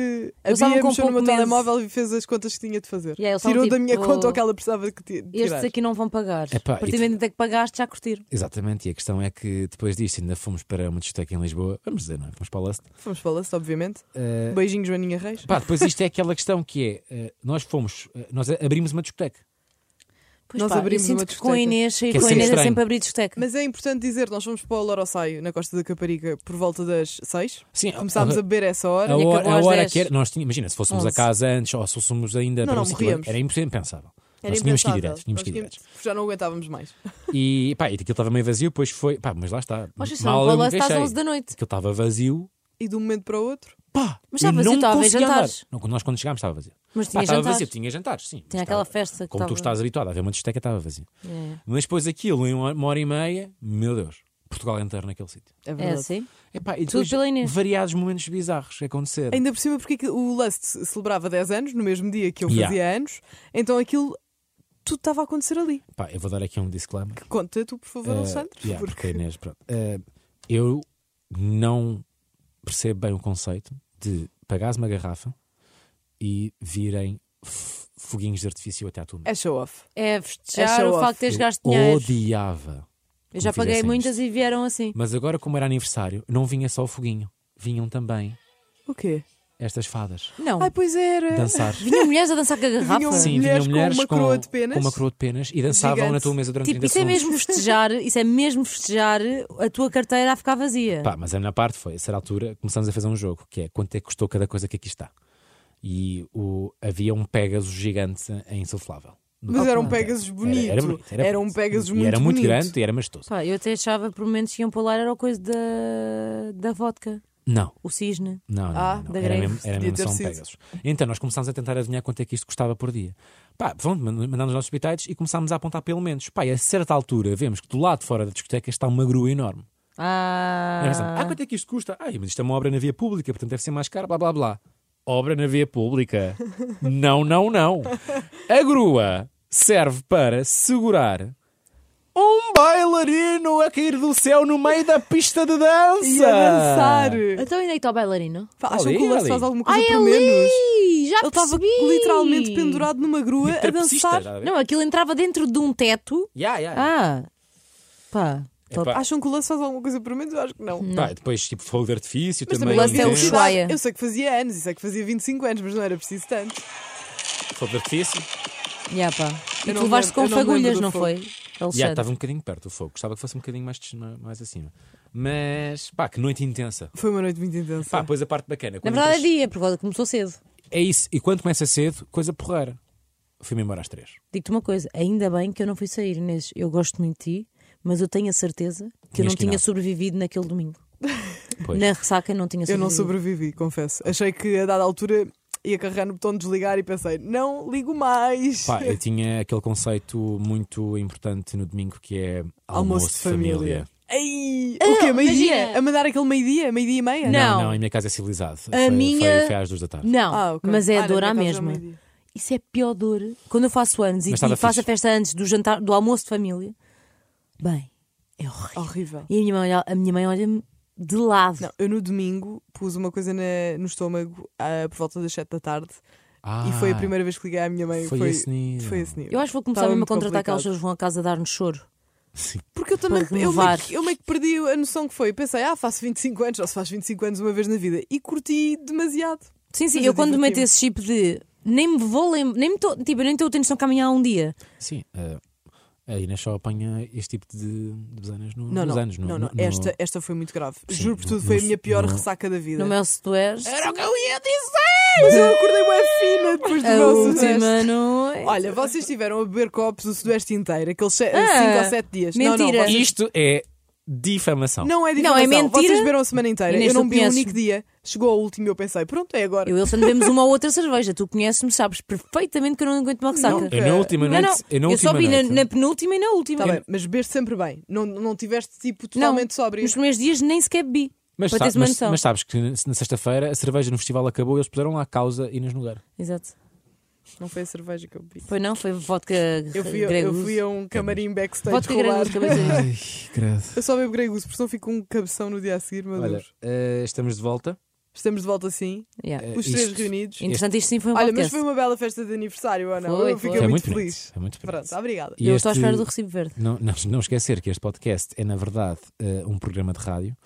Speaker 3: a
Speaker 4: Eu estava
Speaker 3: Bia
Speaker 4: com um
Speaker 3: mexeu no meu
Speaker 4: pouco meses.
Speaker 3: telemóvel e fez as contas que tinha de fazer.
Speaker 4: Yeah, eles estavam
Speaker 3: Tirou da minha
Speaker 4: tipo,
Speaker 3: conta o que ela precisava que ti- tirar.
Speaker 4: Estes aqui não vão pagar.
Speaker 2: Epá,
Speaker 4: a partir
Speaker 2: e
Speaker 4: do
Speaker 2: tu-
Speaker 4: momento em que pagaste, já curtiram.
Speaker 2: Exatamente, e a questão é que depois disto ainda fomos para uma discoteca em Lisboa, vamos dizer, não é? Fomos para o Lust.
Speaker 3: Fomos falando, obviamente.
Speaker 2: Eh,
Speaker 3: Beijinho, Joaninha Reis.
Speaker 2: pá, depois isto é aquela questão que é: eh, nós fomos, eh, nós abrimos uma discoteca.
Speaker 4: Pois
Speaker 3: Nós
Speaker 4: pá,
Speaker 3: abrimos
Speaker 4: eu sinto
Speaker 3: uma
Speaker 4: que com a
Speaker 3: discoteca.
Speaker 4: Inês, sair
Speaker 2: Que é
Speaker 4: com a
Speaker 2: sempre
Speaker 4: Inês é
Speaker 2: estranho.
Speaker 4: sempre abrir discoteca.
Speaker 3: Mas é importante dizer, nós fomos para o Lorosaio, na Costa da Caparica, por volta das 6.
Speaker 2: Sim,
Speaker 3: Começámos a beber a essa hora.
Speaker 2: a
Speaker 4: acabou
Speaker 2: hora, a
Speaker 4: às
Speaker 2: hora
Speaker 4: 10.
Speaker 2: que era, nós tínhamos, imagina, se fôssemos a
Speaker 4: Onze.
Speaker 2: casa antes ou se fôssemos ainda
Speaker 3: Não,
Speaker 2: para
Speaker 3: não,
Speaker 2: um sítio,
Speaker 3: morríamos.
Speaker 2: era impossível, impensável.
Speaker 3: Era
Speaker 2: Nós tínhamos que ir
Speaker 3: impensável.
Speaker 2: diretos, tínhamos
Speaker 3: Nós
Speaker 2: que ir
Speaker 3: tínhamos- Já não aguentávamos mais.
Speaker 2: E pá, e aquilo estava meio vazio, depois foi. Pá, mas lá está.
Speaker 4: Mas isso
Speaker 2: Mal
Speaker 4: não
Speaker 2: eu me
Speaker 4: cola-se às
Speaker 2: queixei.
Speaker 4: 11 da noite.
Speaker 2: Aquilo estava vazio.
Speaker 3: E de um momento para o outro,
Speaker 2: Pá,
Speaker 4: Mas
Speaker 2: eu
Speaker 4: estava vazio,
Speaker 2: não
Speaker 4: estava a haver
Speaker 2: conseguia andar.
Speaker 4: jantares.
Speaker 2: Não, quando nós quando chegámos estava vazio.
Speaker 4: Mas
Speaker 2: Pá,
Speaker 4: tinha
Speaker 2: estava
Speaker 4: jantares.
Speaker 2: vazio, tinha jantares, sim.
Speaker 4: Tinha
Speaker 2: Mas
Speaker 4: aquela
Speaker 2: estava-
Speaker 4: festa que
Speaker 2: Como tu
Speaker 4: estava- É.
Speaker 2: estás habituado a ver uma discoteca, estava vazio. Mas depois aquilo, em uma uma hora e meia, meu Deus, Portugal inteiro naquele sítio.
Speaker 3: é
Speaker 4: É
Speaker 3: verdade.
Speaker 4: assim?
Speaker 2: Epá, e
Speaker 4: Tudo
Speaker 2: depois
Speaker 4: pela Inês.
Speaker 2: variados momentos bizarros que aconteceram.
Speaker 3: Ainda por cima, porque aquilo- o Lust ce- celebrava 10 anos, no mesmo dia que eu
Speaker 2: Yeah.
Speaker 3: fazia anos, então aquilo tudo estava a acontecer ali.
Speaker 2: Pá, eu vou dar aqui um disclaimer.
Speaker 3: Conta tu, por favor,
Speaker 2: Eh,
Speaker 3: Alexandre.
Speaker 2: yeah, porque a
Speaker 3: porque...
Speaker 2: Inês, pronto. Eh, eu não percebo bem o conceito de pagares uma garrafa e virem f- foguinhos de artifício até à tua mesa.
Speaker 3: É show off.
Speaker 4: É
Speaker 3: É
Speaker 4: festejar
Speaker 3: show
Speaker 4: o
Speaker 3: off.
Speaker 4: facto de teres gasto
Speaker 2: Eu
Speaker 4: dinheiro.
Speaker 2: odiava.
Speaker 4: Eu já
Speaker 2: que me fizessem
Speaker 4: paguei
Speaker 2: isto.
Speaker 4: muitas e vieram assim.
Speaker 2: Mas agora, como era aniversário, não vinha só o foguinho, vinham também
Speaker 3: O quê?
Speaker 2: estas fadas
Speaker 4: Não.
Speaker 3: Ai, pois era.
Speaker 2: dançar.
Speaker 4: Vinham mulheres a dançar com a garrafa.
Speaker 3: Vinham-
Speaker 2: Sim, vinham
Speaker 3: Mulheres com
Speaker 2: mulheres
Speaker 3: uma coroa de penas.
Speaker 2: com uma coroa de penas e dançavam
Speaker 3: Gigante.
Speaker 2: na tua mesa durante
Speaker 4: Tipo,
Speaker 2: 30
Speaker 4: isso é
Speaker 2: segundos.
Speaker 4: mesmo festejar, isso é mesmo festejar a tua carteira a ficar vazia.
Speaker 2: Pá, mas a minha parte foi, a certa altura, começamos a fazer um jogo, que é quanto é que custou cada coisa que aqui está. E o, havia um Pegasus gigante em insuflável.
Speaker 3: Mas era um
Speaker 2: Era-
Speaker 3: Pegasus bonito.
Speaker 2: Era, bonito, era,
Speaker 3: Era um
Speaker 2: bonito.
Speaker 3: Pegasus
Speaker 2: E
Speaker 3: muito
Speaker 2: era muito
Speaker 3: bonito.
Speaker 2: grande tipo, e era majestoso.
Speaker 4: Pá, eu até achava por momentos que iam para lá era o coisa da, da vodka,
Speaker 2: Não,
Speaker 4: o cisne.
Speaker 2: não, não.
Speaker 3: Ah,
Speaker 2: não,
Speaker 4: da
Speaker 2: Era
Speaker 4: greve.
Speaker 2: mesmo, era
Speaker 3: Podia
Speaker 2: mesmo
Speaker 3: ter
Speaker 2: só um
Speaker 3: sido.
Speaker 2: Pegasus. Então nós começámos a tentar adivinhar quanto é que isto custava por dia. Pá, pronto, mand- mandámos os nossos bitites e começámos a apontar pelo menos. Pá, e a certa altura vemos que do lado de fora da discoteca está uma grua enorme. Era assim, Ah,
Speaker 4: Ah,
Speaker 2: quanto é que isto custa? Ah, mas isto é uma obra na via pública, portanto deve ser mais caro, blá blá blá. Obra na via pública. não, não, não. A grua serve para segurar um bailarino a cair do céu no meio da pista de dança.
Speaker 3: E a dançar.
Speaker 4: então ainda aí está o bailarino?
Speaker 3: Pá, acham
Speaker 2: Ali,
Speaker 3: que o Lust
Speaker 2: ali.
Speaker 3: faz alguma coisa
Speaker 4: Ai, é
Speaker 3: por
Speaker 4: ali!
Speaker 3: menos?
Speaker 4: Já
Speaker 3: Ele estava
Speaker 4: percebi!
Speaker 3: literalmente pendurado numa grua a
Speaker 2: Trapecista,
Speaker 3: dançar.
Speaker 2: já a ver?
Speaker 4: Não, aquilo entrava dentro de um teto.
Speaker 2: Yeah, yeah.
Speaker 4: Ah, pá. top.
Speaker 2: Epá.
Speaker 3: Acham que o Lust faz alguma coisa por menos? Eu acho que não.
Speaker 2: Pá, e depois, tipo, fogo de artifício
Speaker 3: Mas
Speaker 2: também.
Speaker 3: também um não
Speaker 4: Lust é
Speaker 3: havia
Speaker 4: o
Speaker 2: entendo.
Speaker 4: chá.
Speaker 3: necessidade.
Speaker 4: Ushuaia.
Speaker 3: Eu sei que fazia anos, e sei que fazia 25 anos, mas não era preciso tanto.
Speaker 2: Fogo de artifício.
Speaker 4: Yeah, pá. E
Speaker 3: Eu
Speaker 4: tu
Speaker 3: não
Speaker 4: levaste
Speaker 3: lembro-
Speaker 4: com
Speaker 3: eu não me lembro
Speaker 4: fagulhas,
Speaker 3: do
Speaker 4: não
Speaker 3: fogo.
Speaker 4: foi? Alexandre.
Speaker 2: Já estava um bocadinho perto do fogo. Gostava que fosse um bocadinho mais, mais acima. Mas, pá, que noite intensa.
Speaker 3: Foi uma noite muito intensa.
Speaker 2: Pá, pois a parte bacana.
Speaker 4: Na
Speaker 2: quando
Speaker 4: verdade é
Speaker 2: entras-
Speaker 4: dia, porque começou cedo.
Speaker 2: É isso. E quando começa cedo, coisa porreira. Fui-me embora às três.
Speaker 4: Digo-te uma coisa, ainda bem que eu não fui sair, Inês. Eu gosto muito de ti, mas eu tenho a certeza que eu
Speaker 2: Tinhas
Speaker 4: não
Speaker 2: que
Speaker 4: tinha
Speaker 2: não.
Speaker 4: sobrevivido naquele domingo.
Speaker 2: Pois.
Speaker 4: Na ressaca não tinha
Speaker 3: eu
Speaker 4: sobrevivido.
Speaker 3: não sobrevivi, confesso. Achei que a dada altura ia carregar no botão de desligar e pensei, não ligo mais.
Speaker 2: Pá, eu tinha aquele conceito muito importante no domingo que é almoço, de família.
Speaker 3: Ei, o quê? Meio-dia?
Speaker 4: Ah, imagina.
Speaker 3: A mandar aquele meio-dia? Meio-dia e meia?
Speaker 4: Não.
Speaker 2: Não, não, em minha casa é civilizado. A
Speaker 4: minha-
Speaker 2: foi, foi às duas da tarde.
Speaker 4: Não,
Speaker 3: Ah, ok.
Speaker 4: mas é
Speaker 3: Ah,
Speaker 4: a dor
Speaker 3: na
Speaker 4: à
Speaker 3: minha casa era
Speaker 4: mesma.
Speaker 3: meio-dia.
Speaker 4: Isso é pior dor. Quando eu faço anos e,
Speaker 2: Mas estava
Speaker 4: e faço
Speaker 2: fixe.
Speaker 4: a festa antes do jantar, do almoço de família, bem, é horrível.
Speaker 3: Horrível.
Speaker 4: E a minha mãe olha- a minha mãe olha-me de lado.
Speaker 3: Não, eu no domingo pus uma coisa na- no estômago ah, por volta das 7 da tarde
Speaker 2: Ah,
Speaker 3: e foi a primeira vez que liguei à minha mãe.
Speaker 2: Foi esse nível.
Speaker 3: foi esse nível.
Speaker 4: Eu acho que vou começar
Speaker 3: Estava
Speaker 4: mesmo a
Speaker 3: tá muito complicado.
Speaker 4: contratar aquelas pessoas que vão à casa dar-nos choro.
Speaker 3: Porque eu também
Speaker 4: Para
Speaker 3: eu meio,
Speaker 4: renovar.
Speaker 3: que, eu meio que perdi a noção que foi. Pensei, ah, faço 25 anos, ou se faz 25 anos uma vez na vida. E curti demasiado.
Speaker 4: Sim, sim,
Speaker 3: Mas
Speaker 4: eu
Speaker 3: eu
Speaker 4: quando meto
Speaker 3: diverti-me.
Speaker 4: esse chip de nem me vou lembrar, nem me tô, tipo, eu nem estou a ter noção de caminhar um dia.
Speaker 2: Sim. eh, a Inês só apanha este tipo de, de besainas no,
Speaker 3: Não,
Speaker 2: nos
Speaker 3: não,
Speaker 2: anos. No,
Speaker 3: não, não.
Speaker 2: no-
Speaker 3: Esta, esta foi muito grave.
Speaker 2: Sim,
Speaker 3: Juro por
Speaker 2: no-
Speaker 3: tudo, foi a
Speaker 2: no-
Speaker 3: minha pior
Speaker 2: no-
Speaker 3: ressaca da vida.
Speaker 4: No meu se tu és.
Speaker 3: Era o que eu ia dizer! Mas eu acordei bem fina depois do
Speaker 4: A
Speaker 3: meu
Speaker 4: última
Speaker 3: Sudeste.
Speaker 4: noite.
Speaker 3: Olha, vocês tiveram a beber copos o Sudoeste inteiro, aqueles 5
Speaker 4: Ah,
Speaker 3: ou 7 dias. Não, não,
Speaker 4: mentira.
Speaker 3: vocês-
Speaker 2: Isto é difamação.
Speaker 3: não é
Speaker 4: Não,
Speaker 3: difamação.
Speaker 4: é mentira.
Speaker 3: Vocês beberam a semana inteira.
Speaker 4: Inês,
Speaker 3: eu não
Speaker 4: tu
Speaker 3: bebi um
Speaker 4: conheces-me.
Speaker 3: único dia. Chegou ao último e eu pensei, pronto, é agora.
Speaker 4: Eu e o Alexandre bebemos uma ou outra cerveja. Tu conheces-me, sabes perfeitamente que eu não aguento uma ressaca.
Speaker 3: Não,
Speaker 2: Eu na é última
Speaker 4: Não,
Speaker 2: noite.
Speaker 4: não.
Speaker 2: Eu, na
Speaker 4: eu só
Speaker 2: última
Speaker 4: vi na,
Speaker 2: noite- é?
Speaker 4: na penúltima e na última.
Speaker 3: Tá bem, mas bebeste sempre bem. Não, não tiveste tipo totalmente
Speaker 4: não,
Speaker 3: sóbrio.
Speaker 4: Nos primeiros dias nem sequer bebi.
Speaker 2: Mas,
Speaker 4: para
Speaker 2: sa-
Speaker 4: teres uma
Speaker 2: mas,
Speaker 4: noção.
Speaker 2: mas tá. sabes que na na sexta-feira a cerveja no festival acabou e eles puseram lá a causa Inês Nogueira.
Speaker 4: Exato.
Speaker 3: Não foi a cerveja que eu bebi.
Speaker 4: Foi não, foi vodka
Speaker 3: Eu fui,
Speaker 4: grego.
Speaker 3: eu fui a um camarim backstage
Speaker 4: Vodka
Speaker 3: rolar.
Speaker 4: grego, cabeça.
Speaker 2: Ai, credo.
Speaker 3: Eu só bebo grego, porque senão fico com um cabeção no dia a seguir, meu
Speaker 2: Olha,
Speaker 3: Deus.
Speaker 2: eh, estamos de volta.
Speaker 3: Estamos de volta assim,
Speaker 4: yeah.
Speaker 2: Eh,
Speaker 3: os três
Speaker 2: isto-
Speaker 3: reunidos.
Speaker 4: Interessante, isto sim foi um
Speaker 3: Olha, mas
Speaker 4: podcast.
Speaker 3: foi uma bela festa de aniversário, ou não?
Speaker 4: Foi,
Speaker 3: eu fiquei
Speaker 4: foi.
Speaker 2: Foi
Speaker 3: muito
Speaker 2: É muito
Speaker 3: feliz.
Speaker 2: bonito, foi muito bonito.
Speaker 3: Pronto, obrigada.
Speaker 2: E
Speaker 4: Eu estou à
Speaker 2: este-
Speaker 4: espera do recibo verde.
Speaker 2: Não, não, não esquecer que este podcast é, na verdade, eh, um programa de rádio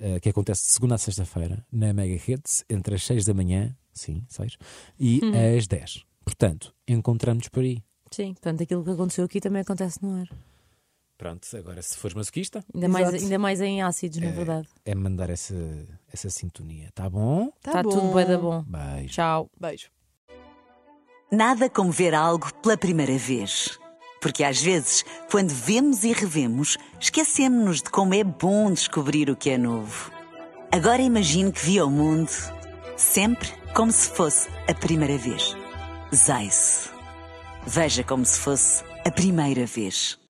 Speaker 2: eh, que acontece de segunda a sexta-feira na Mega Hits, entre as 6 da manhã, sim, 6, e
Speaker 4: Uhum.
Speaker 2: as 10. Portanto, encontramos-nos por aí.
Speaker 4: Sim, portanto, aquilo que aconteceu aqui também acontece no ar.
Speaker 2: Pronto, agora se fores masoquista,
Speaker 4: Ainda, mais,
Speaker 3: Exato.
Speaker 4: ainda mais em ácidos, na
Speaker 2: É.
Speaker 4: verdade.
Speaker 2: é mandar essa, essa sintonia, tá bom?
Speaker 4: Está tudo bem da bom.
Speaker 2: Beijo.
Speaker 4: Tchau.
Speaker 3: Beijo.
Speaker 1: Nada como ver algo pela primeira vez. Porque às vezes, quando vemos e revemos, esquecemos-nos de como é bom descobrir o que é novo. Agora imagine que viu o mundo sempre como se fosse a primeira vez. Zais. Veja como se fosse a primeira vez.